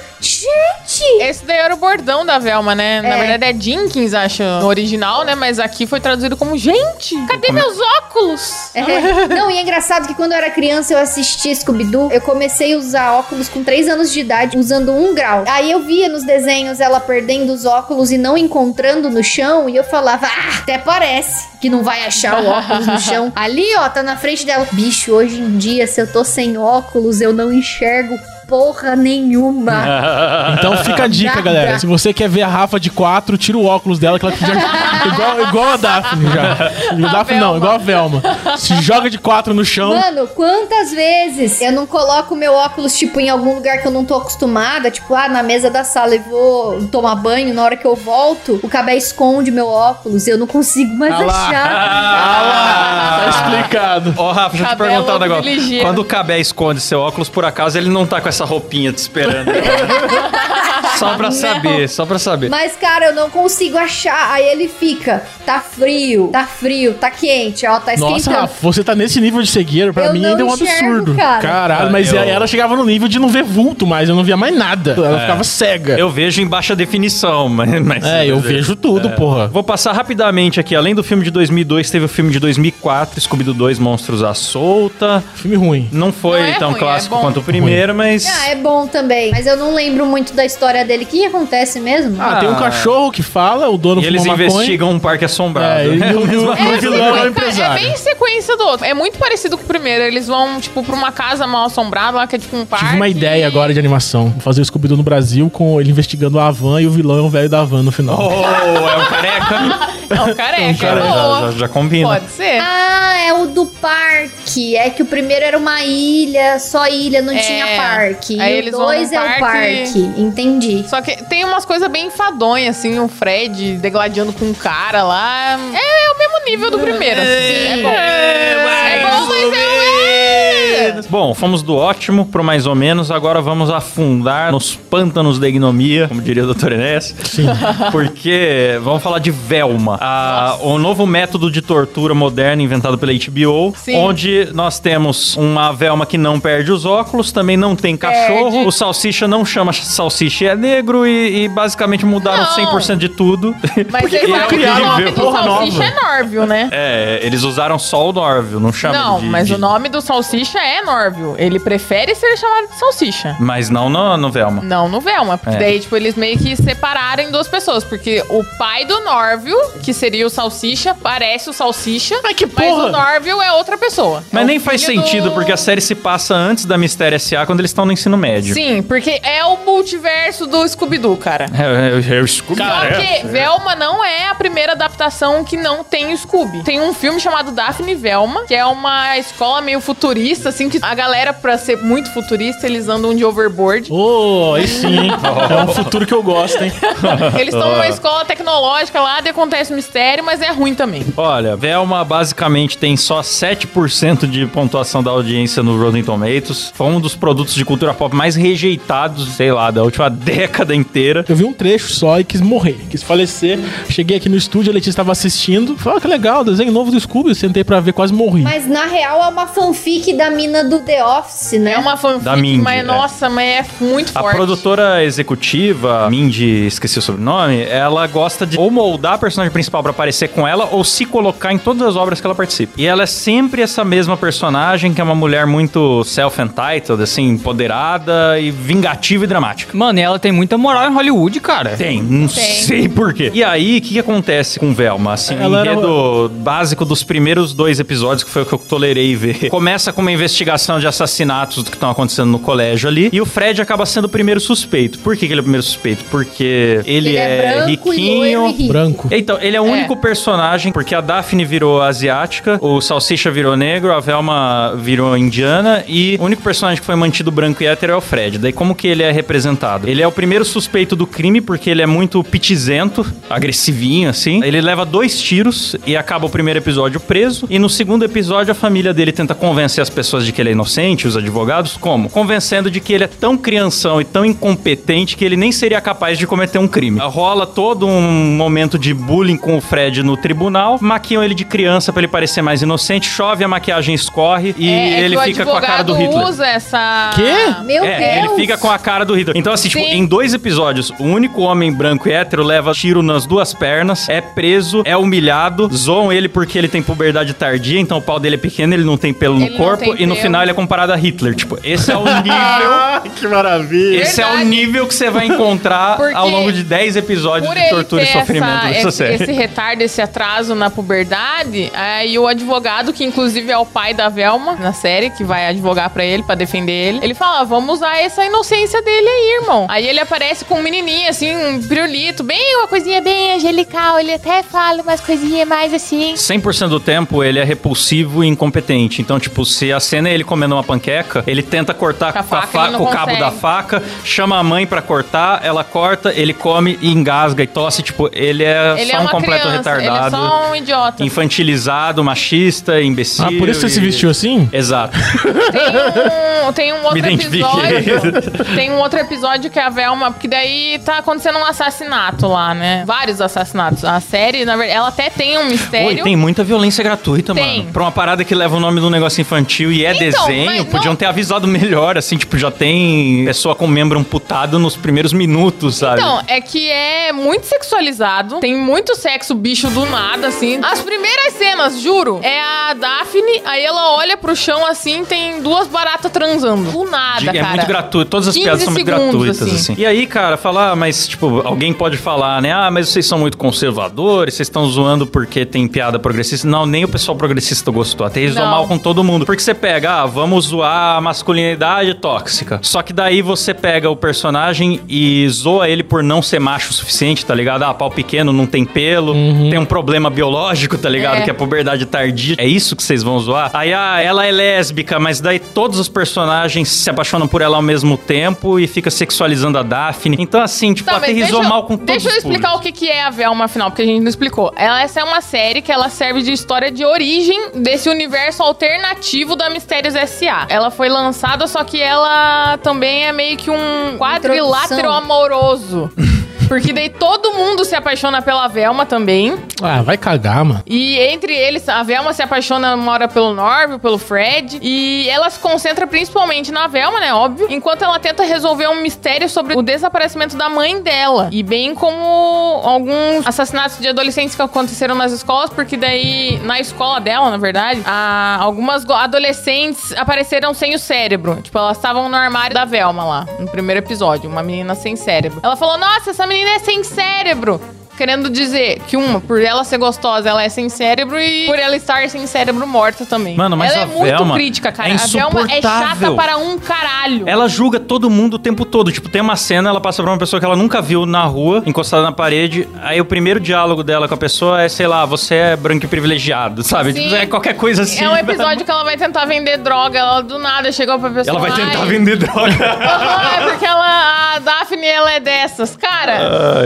[SPEAKER 4] Gente!
[SPEAKER 2] Esse daí era o bordão da Velma, né? Na
[SPEAKER 4] É.
[SPEAKER 2] verdade é Jenkins, acho, no original, né? Mas aqui foi traduzido como Gente, cadê meus óculos?
[SPEAKER 4] É. Não, e é engraçado que quando eu era criança eu assistia Scooby-Doo. Eu comecei a usar óculos com 3 anos de idade, usando um grau. Aí eu via nos desenhos ela perdendo os óculos e não encontrando no chão. E eu falava: Ah, até parece que não vai achar o óculos no chão. Ali, ó, tá na frente dela. Bicho, hoje em dia, se eu tô sem óculos, eu não enxergo porra nenhuma.
[SPEAKER 3] falar. Então fica a dica,
[SPEAKER 4] Nada.
[SPEAKER 3] galera. Se você quer ver a Rafa de 4, tira o óculos dela, que ela já, igual, igual a Daphne já. A Daphne não,
[SPEAKER 2] Velma.
[SPEAKER 3] igual a Velma. Se joga de 4 no chão.
[SPEAKER 4] Mano, quantas vezes eu não coloco meu óculos, tipo, em algum lugar que eu não tô acostumada, tipo, ah, na mesa da sala e vou tomar banho, na hora que eu volto, o cabé esconde meu óculos, eu não consigo mais
[SPEAKER 3] Ah lá.
[SPEAKER 4] achar.
[SPEAKER 3] Ah, tá explicado.
[SPEAKER 1] Ô, Rafa, deixa eu te
[SPEAKER 2] Cabelo
[SPEAKER 1] perguntar um negócio.
[SPEAKER 2] de ligeiro.
[SPEAKER 1] Quando o Cabé esconde seu óculos, por acaso, ele não tá com essa roupinha te esperando. só pra saber, só pra saber.
[SPEAKER 4] Mas, cara, eu não consigo achar. Aí ele fica, tá frio, tá frio, tá quente, ó, tá esquentando.
[SPEAKER 3] Nossa, Rafa, você tá nesse nível de cegueira, pra
[SPEAKER 4] Eu
[SPEAKER 3] mim
[SPEAKER 4] não
[SPEAKER 3] ainda é um
[SPEAKER 4] enxergo,
[SPEAKER 3] absurdo.
[SPEAKER 4] cara.
[SPEAKER 3] Caralho, mas
[SPEAKER 1] Eu- É.
[SPEAKER 3] ela- ela chegava no nível de não ver vulto mais, eu não via mais nada. Ela ficava cega.
[SPEAKER 1] Eu vejo em baixa definição, mas... mas-
[SPEAKER 3] é, eu vejo tudo, porra.
[SPEAKER 1] Vou passar rapidamente aqui. Além do filme de 2002, teve o filme de 2004, Scooby-Doo 2, Monstros à Solta.
[SPEAKER 3] Filme ruim.
[SPEAKER 1] Não foi
[SPEAKER 2] Não é
[SPEAKER 1] tão
[SPEAKER 2] ruim,
[SPEAKER 1] clássico
[SPEAKER 2] é bom.
[SPEAKER 1] quanto o primeiro, mas...
[SPEAKER 4] Ah, é bom também, mas eu não lembro muito da história dele. O que acontece mesmo?
[SPEAKER 3] Ah, tem um
[SPEAKER 1] Ah.
[SPEAKER 3] cachorro que fala, o dono
[SPEAKER 1] E eles
[SPEAKER 3] fuma maconha.
[SPEAKER 1] investigam um parque assombrado.
[SPEAKER 3] É, e o-
[SPEAKER 1] mesma
[SPEAKER 3] o-
[SPEAKER 1] coisa.
[SPEAKER 3] o vilão é o
[SPEAKER 2] sequência-
[SPEAKER 3] empresário.
[SPEAKER 2] é bem sequência do outro. É muito parecido com o primeiro. Eles vão, tipo, pra uma casa mal assombrada lá, que é tipo um parque.
[SPEAKER 3] Tive uma ideia agora de animação. Vou fazer o Scooby-Doo no Brasil com ele investigando a Havan e o vilão é um velho da Havan no final.
[SPEAKER 1] Oh, é um careca. Um
[SPEAKER 2] Não, careca,
[SPEAKER 1] cara,
[SPEAKER 2] é
[SPEAKER 1] já,
[SPEAKER 2] boa.
[SPEAKER 1] já, já combina.
[SPEAKER 2] Pode ser.
[SPEAKER 4] Ah, é o do parque. É que o primeiro era uma ilha, só ilha, não
[SPEAKER 2] É.
[SPEAKER 4] tinha parque.
[SPEAKER 2] Aí
[SPEAKER 4] E o
[SPEAKER 2] eles vão
[SPEAKER 4] dois
[SPEAKER 2] num
[SPEAKER 4] é
[SPEAKER 2] parque.
[SPEAKER 4] o parque. Entendi.
[SPEAKER 2] Só que tem umas coisas bem enfadonhas, assim, o Fred degladiando com um cara lá. um É, é o mesmo nível do primeiro. assim. É bom. É bom, mas é-
[SPEAKER 3] mais.
[SPEAKER 1] Bom, fomos do ótimo pro mais ou menos, agora vamos afundar nos pântanos da ignomia, como diria o Dr. Enes. Sim. Porque vamos falar de Velma, a- o novo método de tortura moderno inventado pela HBO,
[SPEAKER 2] Sim.
[SPEAKER 1] onde nós temos uma Velma que não perde os óculos, também não tem cachorro,
[SPEAKER 2] Perde.
[SPEAKER 1] o Salsicha não chama Salsicha, é negro e, e basicamente mudaram
[SPEAKER 2] Não.
[SPEAKER 1] 100% de tudo.
[SPEAKER 2] Mas é
[SPEAKER 1] Porque
[SPEAKER 2] eles
[SPEAKER 1] ele
[SPEAKER 2] não criaram o nome
[SPEAKER 1] viveu-
[SPEAKER 2] do salsicha é Norville, né?
[SPEAKER 1] É, eles usaram só o Norville, não chama
[SPEAKER 2] Não,
[SPEAKER 1] Tá, de-
[SPEAKER 2] mas
[SPEAKER 1] de-
[SPEAKER 2] o nome do salsicha é Norville. Ele prefere ser chamado de salsicha.
[SPEAKER 1] Mas não no, no Velma.
[SPEAKER 2] Não no Velma, porque
[SPEAKER 1] É.
[SPEAKER 2] daí, tipo, eles meio que separaram em duas pessoas, porque o pai do Norville, que seria o Salsicha, parece o Salsicha,
[SPEAKER 3] Mas que
[SPEAKER 2] mas
[SPEAKER 3] porra!
[SPEAKER 2] o Norville é outra pessoa.
[SPEAKER 1] Mas
[SPEAKER 2] É o
[SPEAKER 1] nem faz
[SPEAKER 2] filho do-
[SPEAKER 1] sentido, porque a série se passa antes da Mistério S.A., quando eles estão no ensino médio.
[SPEAKER 2] Sim, porque é o multiverso do Scooby-Doo, cara.
[SPEAKER 1] É, é, é, o Scooby.
[SPEAKER 2] Só que Velma não é a primeira adaptação que não tem o Scooby. Tem um filme chamado Daphne e Velma, que é uma escola meio futurista, assim, que a galera, pra ser muito futurista, eles andam de overboard.
[SPEAKER 3] Ô, oh, aí sim, hein? É um futuro que eu gosto, hein?
[SPEAKER 2] Eles estão
[SPEAKER 1] Ah.
[SPEAKER 2] numa escola tecnológica lá, daí acontece mistério, mas é ruim também.
[SPEAKER 1] Olha, Velma basicamente tem só 7% de pontuação da audiência no Rotten Tomatoes. Foi um dos produtos de cultura pop mais rejeitados, sei lá, da última década inteira.
[SPEAKER 3] Eu vi um trecho só e quis morrer, quis falecer. Cheguei aqui no estúdio, a Letícia estava assistindo. Falei, ah, que legal, desenho novo do Scooby. Sentei pra ver, quase morri.
[SPEAKER 4] Mas na real é uma fanfic da mina do The Office, né?
[SPEAKER 2] É uma fanfic,
[SPEAKER 1] Da Mindy,
[SPEAKER 2] mas
[SPEAKER 1] é.
[SPEAKER 2] nossa, mas é muito
[SPEAKER 1] A
[SPEAKER 2] forte.
[SPEAKER 1] produtora executiva, Mindy, esqueci o sobrenome, ela gosta de ou moldar a personagem principal pra aparecer com ela ou se colocar em todas as obras que ela participa. E ela é sempre essa mesma personagem, que é uma mulher muito self-entitled, assim, empoderada e vingativa e dramática.
[SPEAKER 5] Mano, e ela tem muita moral em Hollywood, cara.
[SPEAKER 1] Tem, É. não
[SPEAKER 2] Tem.
[SPEAKER 1] sei porquê. E aí, o que, que acontece com Velma? Assim,
[SPEAKER 3] Ela
[SPEAKER 1] o
[SPEAKER 3] era-
[SPEAKER 1] enredo básico dos primeiros dois episódios, que foi o que eu tolerei ver. Começa com uma investigação de assassinatos que estão acontecendo no colégio ali. E o Fred acaba sendo o primeiro suspeito. Por que, que ele é o primeiro suspeito? Porque ele, é,
[SPEAKER 4] branco e
[SPEAKER 1] riquinho.
[SPEAKER 4] loiro e rico.
[SPEAKER 3] Branco.
[SPEAKER 1] Então, ele é o
[SPEAKER 2] É.
[SPEAKER 1] único personagem, porque a Daphne virou asiática, o Salsicha virou negro, a Velma virou indiana, e o único personagem que foi mantido branco e hétero é o Fred. Daí, como que ele é representado? Ele é o primeiro suspeito do crime, porque ele é muito pitizento, agressivinho, assim. Ele leva dois tiros e acaba o primeiro episódio preso, e no segundo episódio a família dele tenta convencer as pessoas de que ele é inocente, os advogados, como? Convencendo de que ele é tão crianção e tão incompetente que ele nem seria capaz de cometer um crime. Rola todo um momento de bullying com o Fred no tribunal, maquiam ele de criança pra ele parecer mais inocente, chove, a maquiagem escorre e
[SPEAKER 2] É, é que
[SPEAKER 1] ele
[SPEAKER 2] o
[SPEAKER 1] fica com a cara do
[SPEAKER 2] advogado
[SPEAKER 1] Hitler.
[SPEAKER 2] usa essa...
[SPEAKER 3] Quê?
[SPEAKER 4] Meu
[SPEAKER 1] é,
[SPEAKER 4] Deus!
[SPEAKER 1] ele fica com a cara do Hitler. Então, assim, tipo,
[SPEAKER 2] Sim.
[SPEAKER 1] em dois episódios, o único homem branco e hétero leva tiro nas duas pernas, é preso, é humilhado, zoam ele porque ele tem puberdade tardia, então o pau dele é pequeno, ele não tem pelo
[SPEAKER 2] Ele
[SPEAKER 1] no
[SPEAKER 2] não
[SPEAKER 1] corpo,
[SPEAKER 2] tem
[SPEAKER 1] e no
[SPEAKER 2] pelo.
[SPEAKER 1] final ele é comparado a Hitler. Tipo, esse é o nível.
[SPEAKER 3] que maravilha.
[SPEAKER 1] Esse é o
[SPEAKER 2] Verdade.
[SPEAKER 1] nível que você vai encontrar
[SPEAKER 2] Porque
[SPEAKER 1] ao longo de 10 episódios
[SPEAKER 2] Por
[SPEAKER 1] de
[SPEAKER 2] ele
[SPEAKER 1] tortura
[SPEAKER 2] ter
[SPEAKER 1] e sofrimento
[SPEAKER 2] essa,
[SPEAKER 1] dessa
[SPEAKER 2] esse,
[SPEAKER 1] série.
[SPEAKER 2] esse retardo, esse atraso na puberdade, aí o advogado, que inclusive é o pai da Velma na série, que vai advogar pra ele, pra defender ele, ele fala, "Ah, vamos usar essa inocência dele aí, irmão. Aí ele aparece com um menininho, assim, um pirulito, bem uma coisinha bem angelical, ele até fala umas coisinhas mais assim.
[SPEAKER 1] 100% do tempo ele é repulsivo e incompetente. Então, tipo, se a cena é ele comendo uma panqueca, ele tenta cortar
[SPEAKER 2] Com a
[SPEAKER 1] com, a
[SPEAKER 2] faca, ele
[SPEAKER 1] faca,
[SPEAKER 2] não
[SPEAKER 1] com o cabo
[SPEAKER 2] consegue.
[SPEAKER 1] da faca, chama a mãe pra cortar, ela corta, ele come e engasga e tosse. Tipo, ele é
[SPEAKER 2] Ele
[SPEAKER 1] só
[SPEAKER 2] é
[SPEAKER 1] um
[SPEAKER 2] uma
[SPEAKER 1] completo
[SPEAKER 2] criança,
[SPEAKER 1] retardado.
[SPEAKER 2] ele é só um idiota.
[SPEAKER 1] Infantilizado, machista, imbecil.
[SPEAKER 3] Ah, por isso você se
[SPEAKER 1] e-
[SPEAKER 3] vestiu assim?
[SPEAKER 1] Exato.
[SPEAKER 2] Tem um, tem um outro
[SPEAKER 1] identifiquei.
[SPEAKER 2] episódio. Tem um outro episódio que a Velma. Porque daí tá acontecendo um assassinato lá, né? Vários assassinatos. A série, na verdade, ela até tem um mistério.
[SPEAKER 1] Oi, tem muita violência gratuita,
[SPEAKER 2] Tem.
[SPEAKER 1] mano. Pra uma parada que leva o nome do negócio infantil e é
[SPEAKER 2] Então,
[SPEAKER 1] desenho,
[SPEAKER 2] mas
[SPEAKER 1] podiam
[SPEAKER 2] não-
[SPEAKER 1] ter avisado melhor, assim, tipo, já tem pessoa com membro amputado nos primeiros minutos, sabe?
[SPEAKER 2] Então, é que é muito sexualizado, tem muito sexo bicho do nada, assim. As primeiras cenas, juro, é a Daphne, aí ela olha pro chão assim, tem duas baratas transando. Do nada,
[SPEAKER 1] De- é
[SPEAKER 2] cara.
[SPEAKER 1] muito gratuito. Todas as
[SPEAKER 2] 15
[SPEAKER 1] piadas são muito
[SPEAKER 2] segundos,
[SPEAKER 1] gratuitas, assim.
[SPEAKER 2] assim.
[SPEAKER 1] E aí, cara, falar, mas, tipo, alguém pode falar, né? Ah, mas vocês são muito conservadores, vocês estão zoando porque tem piada progressista. Não, nem o pessoal progressista gostou. Até eles vão
[SPEAKER 2] Não.
[SPEAKER 1] mal com todo mundo. Porque você pega, ah, vamos zoar a masculinidade tóxica. Só que daí você pega o personagem e zoa ele por não ser macho o suficiente, tá ligado? Ah, pau pequeno, não tem pelo, tem um problema biológico, tá ligado?
[SPEAKER 2] É.
[SPEAKER 1] Que é a puberdade tardia. É isso que vocês vão zoar? Aí ah, ela é lésbica, mas daí todos os personagens se apaixonam por ela ao mesmo tempo e fica sexualizando a Daphne. Então, assim, tipo,
[SPEAKER 2] Tá, mas
[SPEAKER 1] aterrizou
[SPEAKER 2] deixa eu-
[SPEAKER 1] mal com todos
[SPEAKER 2] Deixa eu
[SPEAKER 1] os
[SPEAKER 2] explicar o que, que é a Velma, afinal, porque a gente não explicou. Ela, essa é uma série que ela serve de história de origem desse universo alternativo da Mistério Mistérios S.A. Ela foi lançada, só que ela também é meio que um quadrilátero
[SPEAKER 4] Introdução.
[SPEAKER 2] amoroso. Porque daí todo mundo se apaixona pela Velma também.
[SPEAKER 3] Ah, vai cagar, mano.
[SPEAKER 2] E entre eles, a Velma se apaixona uma hora pelo Norby, pelo Fred. E ela se concentra principalmente na Velma, né? Óbvio. Enquanto ela tenta resolver um mistério sobre o desaparecimento da mãe dela. E bem como alguns assassinatos de adolescentes que aconteceram nas escolas, porque daí, na escola dela, na verdade, a- algumas go- adolescentes apareceram sem o cérebro. Tipo, elas estavam no armário da Velma lá, no primeiro episódio. Uma menina sem cérebro. Ela falou: Nossa, essa menina é sem cérebro. Querendo dizer que uma, por ela ser gostosa, ela é sem cérebro e por ela estar sem cérebro morta também.
[SPEAKER 1] Mano, mas
[SPEAKER 2] ela
[SPEAKER 1] a
[SPEAKER 2] é muito
[SPEAKER 1] Velma
[SPEAKER 2] crítica, cara.
[SPEAKER 1] é
[SPEAKER 2] a Velma é chata
[SPEAKER 1] insuportável.
[SPEAKER 2] para um caralho.
[SPEAKER 1] Ela julga todo mundo o tempo todo. Tipo, tem uma cena, ela passa pra uma pessoa que ela nunca viu na rua, encostada na parede. Aí o primeiro diálogo dela com a pessoa é, sei lá, você é branco e privilegiado, sabe?
[SPEAKER 2] Sim.
[SPEAKER 1] Tipo, é qualquer coisa assim.
[SPEAKER 2] É um episódio que ela vai tentar vender droga, ela do nada chegou pra pessoa.
[SPEAKER 1] Ela vai tentar
[SPEAKER 2] "Ai,
[SPEAKER 1] vender droga.
[SPEAKER 2] aham, é porque ela, a Daphne, ela é dessas. Cara,
[SPEAKER 1] ai,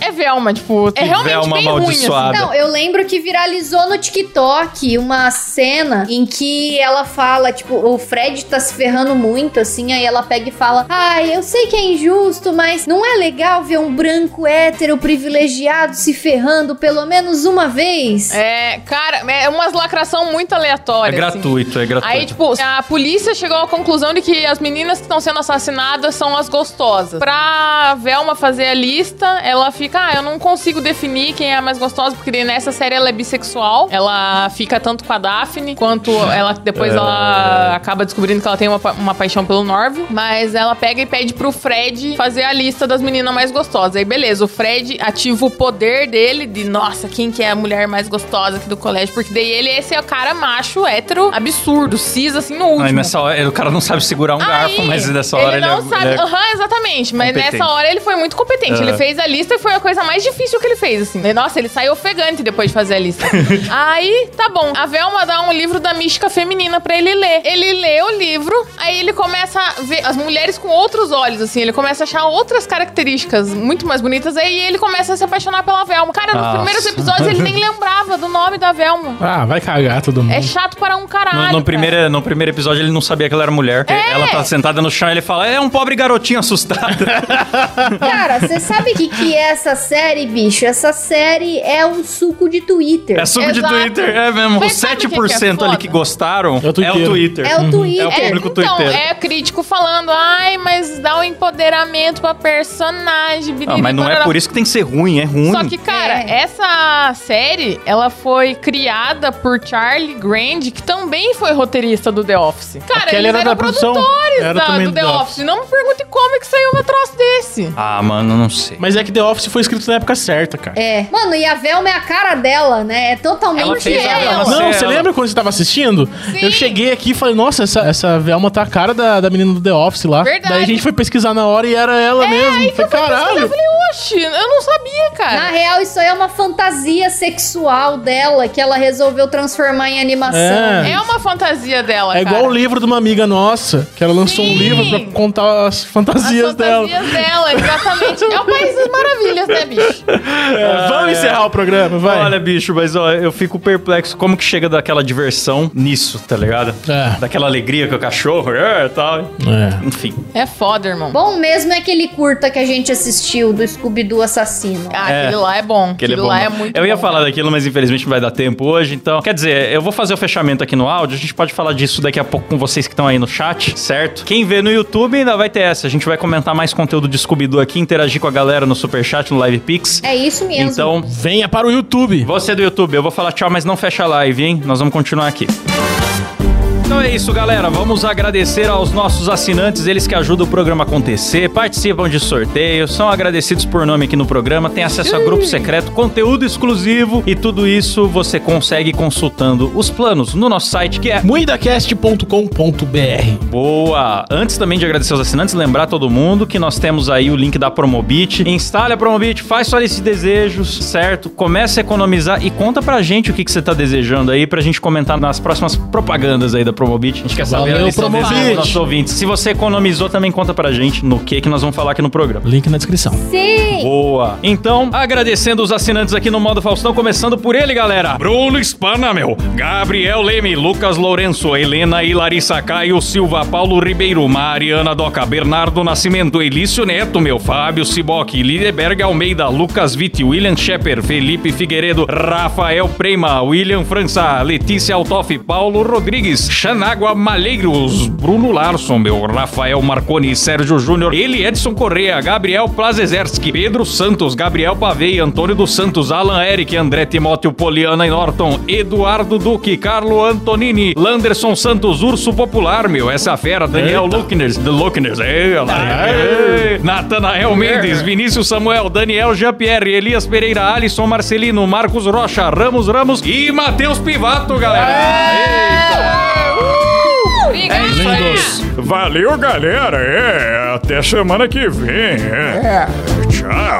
[SPEAKER 1] ai.
[SPEAKER 2] é Velma, tipo, é
[SPEAKER 1] Que
[SPEAKER 2] realmente
[SPEAKER 1] Velma
[SPEAKER 2] bem ruim, assim.
[SPEAKER 1] amaldiçoada.
[SPEAKER 4] Não, eu lembro que viralizou no TikTok uma cena em que ela fala, tipo, o Fred tá se ferrando muito, assim, aí ela pega e fala: Ai, eu sei que é injusto, mas não é legal ver um branco hétero privilegiado se ferrando pelo menos uma vez?
[SPEAKER 2] É, cara, é umas lacração muito
[SPEAKER 1] É
[SPEAKER 2] aleatória. assim.
[SPEAKER 1] gratuito, é gratuito.
[SPEAKER 2] Aí, tipo, a polícia chegou à conclusão de que as meninas que estão sendo assassinadas são as gostosas. Pra Velma fazer a lista, ela fica, ah, eu não consigo definir quem é a mais gostosa, porque daí nessa série ela é bissexual. Ela fica tanto com a Daphne, quanto ela depois
[SPEAKER 1] É.
[SPEAKER 2] ela acaba descobrindo que ela tem uma, pa- uma paixão pelo Norville. Mas ela pega e pede pro Fred fazer a lista das meninas mais gostosas. Aí, beleza, o Fred ativa o poder dele de, nossa, quem que é a mulher mais gostosa aqui do colégio? Porque daí ele, esse é o cara macho, hétero, absurdo, cis, assim, no último.
[SPEAKER 1] Aí nessa hora, o cara não sabe segurar um garfo,
[SPEAKER 2] Aí,
[SPEAKER 1] mas nessa hora ele,
[SPEAKER 2] ele não
[SPEAKER 1] é,
[SPEAKER 2] sabe.
[SPEAKER 1] ele é-
[SPEAKER 2] Aham, exatamente. Mas
[SPEAKER 1] competente.
[SPEAKER 2] nessa hora ele foi muito competente.
[SPEAKER 1] É.
[SPEAKER 2] Ele fez a lista e foi a coisa mais difícil que ele fez, assim. E, Nossa, ele saiu ofegante depois de fazer a lista. aí, tá bom. A Velma dá um livro da mística feminina pra ele ler. Ele lê o livro, aí ele começa a ver as mulheres com outros olhos, assim. Ele começa a achar outras características muito mais bonitas. Aí ele começa a se apaixonar pela Velma. Cara, nos
[SPEAKER 1] Nossa.
[SPEAKER 2] primeiros episódios ele nem lembrava do nome da Velma.
[SPEAKER 3] Ah, vai cagar todo mundo.
[SPEAKER 2] É chato para um
[SPEAKER 1] No-
[SPEAKER 2] caralho.
[SPEAKER 1] No,
[SPEAKER 2] cara.
[SPEAKER 1] primeiro, no primeiro episódio ele não sabia que ela era mulher.
[SPEAKER 2] É.
[SPEAKER 1] Ela tá sentada no chão e ele fala: É um pobre garotinho assustado.
[SPEAKER 4] Cara, você sabe o que, que é essa série, bicho? Essa série é um suco de Twitter.
[SPEAKER 1] É suco de
[SPEAKER 2] Exato.
[SPEAKER 1] Twitter, é mesmo.
[SPEAKER 2] Mas
[SPEAKER 1] Os
[SPEAKER 2] sabe o que que é
[SPEAKER 1] 7% ali
[SPEAKER 2] foda?
[SPEAKER 1] que gostaram
[SPEAKER 3] É o
[SPEAKER 1] é o
[SPEAKER 3] Twitter.
[SPEAKER 1] Twitter.
[SPEAKER 4] É o Twitter.
[SPEAKER 1] É o público
[SPEAKER 2] então,
[SPEAKER 1] tuiteiro.
[SPEAKER 2] é crítico falando, ai, mas dá um empoderamento pra personagem.
[SPEAKER 1] Ah,
[SPEAKER 2] biriri,
[SPEAKER 1] mas não é
[SPEAKER 2] barará."
[SPEAKER 1] por isso que tem que ser ruim, é ruim.
[SPEAKER 2] Só que, cara,
[SPEAKER 4] É.
[SPEAKER 2] essa série, ela foi criada por Charlie Grand, que também foi roteirista do The Office. Cara,
[SPEAKER 3] Aquele
[SPEAKER 2] eles
[SPEAKER 3] era
[SPEAKER 2] eram
[SPEAKER 3] da produção.
[SPEAKER 2] produtores
[SPEAKER 3] Era
[SPEAKER 2] da-
[SPEAKER 3] também
[SPEAKER 2] do
[SPEAKER 3] do
[SPEAKER 2] The
[SPEAKER 3] The
[SPEAKER 2] Office. Não me pergunte como é que saiu um troço desse.
[SPEAKER 1] Ah, mano, não sei.
[SPEAKER 3] Mas é que The Office foi escrito na época certa, cara.
[SPEAKER 4] É. Mano, e a Velma é a cara dela, né? É totalmente
[SPEAKER 1] Ela fez
[SPEAKER 5] é
[SPEAKER 1] a
[SPEAKER 4] ela.
[SPEAKER 1] Velma
[SPEAKER 3] Não,
[SPEAKER 1] Ela-
[SPEAKER 3] você lembra quando você tava assistindo?
[SPEAKER 2] Sim.
[SPEAKER 3] Eu cheguei aqui e falei, nossa, essa, essa Velma tá a cara da, da menina do The Office lá.
[SPEAKER 2] Verdade. É,
[SPEAKER 3] Daí a gente foi pesquisar na hora e era ela É mesmo.
[SPEAKER 2] Aí que eu fui
[SPEAKER 3] falei,
[SPEAKER 2] pesquisar, Eu
[SPEAKER 3] caralho.
[SPEAKER 2] falei, oxi, eu não sabia, cara.
[SPEAKER 4] Na real, isso aí é uma fantasia sexual dela que ela resolveu transformar em animação.
[SPEAKER 3] É.
[SPEAKER 2] É uma fantasia dela,
[SPEAKER 3] É
[SPEAKER 2] cara.
[SPEAKER 3] igual o livro de uma amiga nossa, que ela lançou
[SPEAKER 2] Sim.
[SPEAKER 3] um livro pra contar as
[SPEAKER 2] As
[SPEAKER 3] fantasias,
[SPEAKER 2] fantasias dela. exatamente. É o País das Maravilhas, né, bicho?
[SPEAKER 3] dela. É, vamos encerrar o programa, vai.
[SPEAKER 1] Olha, bicho, mas ó, eu fico perplexo. Como que chega daquela diversão nisso, tá ligado?
[SPEAKER 3] É.
[SPEAKER 1] Daquela alegria que o cachorro, é, tal.
[SPEAKER 3] É.
[SPEAKER 1] Enfim.
[SPEAKER 2] É foda, irmão.
[SPEAKER 4] Bom mesmo é aquele curta que a gente assistiu do Scooby-Doo assassino.
[SPEAKER 2] Ah,
[SPEAKER 1] É.
[SPEAKER 2] aquele lá é bom.
[SPEAKER 1] Aquele
[SPEAKER 2] Aquele,
[SPEAKER 1] é bom,
[SPEAKER 2] lá
[SPEAKER 1] não.
[SPEAKER 2] é muito
[SPEAKER 1] Eu ia
[SPEAKER 2] bom.
[SPEAKER 1] falar daquilo, mas infelizmente não vai dar tempo hoje, então. Quer dizer, eu vou fazer o fechamento aqui no áudio, a gente pode falar disso daqui a pouco com vocês que estão aí no chat, certo? Quem vê no YouTube ainda vai ter essa. A gente vai comentar mais conteúdo de Scooby-Doo aqui, interagir com a galera no Superchat, no Live Pix.
[SPEAKER 4] É isso mesmo.
[SPEAKER 1] Então,
[SPEAKER 3] Venha para o YouTube.
[SPEAKER 1] Você é do YouTube, eu vou falar tchau, mas não fecha a live, hein? Nós vamos continuar aqui. Então é isso, galera. Vamos agradecer aos nossos assinantes, eles que ajudam o programa a acontecer, participam de sorteios, são agradecidos por nome aqui no programa, têm acesso a grupo secreto, conteúdo exclusivo e tudo isso você consegue consultando os planos no nosso site que é
[SPEAKER 3] muidacast.com.br
[SPEAKER 1] Boa! Antes também de agradecer aos assinantes, lembrar todo mundo que nós temos aí o link da Promobit. Instale a Promobit, faz só esses desejos, certo? Começa a economizar e conta pra gente o que, que você tá desejando aí pra gente comentar nas próximas propagandas aí da Promobit. A gente quer saber
[SPEAKER 3] Valeu,
[SPEAKER 1] a lista
[SPEAKER 3] Promobit.
[SPEAKER 1] dos nossos ouvintes. Se você economizou, também conta pra gente no que que nós vamos falar aqui no programa.
[SPEAKER 3] Link na descrição.
[SPEAKER 4] Sim!
[SPEAKER 1] Boa! Então, agradecendo os assinantes aqui no Modo Faustão, começando por ele, galera. Bruno Spana, meu. Gabriel Leme, Lucas Lourenço, Helena e Larissa Caio, Silva Paulo Ribeiro, Mariana Doca, Bernardo Nascimento, Elício Neto, meu. Fábio Siboc, Lideberg Almeida, Lucas Vitti, William Shepper, Felipe Figueiredo, Rafael Prema, William França, Letícia Altoff, Paulo Rodrigues, Xanágua Malheiros, Bruno Larson, meu. Rafael Marconi, Sérgio Júnior, ele Edson Correa, Gabriel Plazezerski, Pedro Santos, Gabriel Pavei, Antônio dos Santos, Alan Eric, André Timóteo, Poliana e Norton, Eduardo Duque, Carlo Antonini, Landerson Santos, Urso Popular, meu, essa é fera, Daniel Luckners, The Luckners, ei, olha lá. Ei. Natanael Mendes, Vinícius Samuel, Daniel Jean-Pierre, Elias Pereira, Alisson Marcelino, Marcos Rocha, Ramos Ramos e Matheus Pivato, galera.
[SPEAKER 2] É!
[SPEAKER 1] É
[SPEAKER 2] Obrigada!
[SPEAKER 6] Valeu, galera. É, até semana que vem. É. Tchau.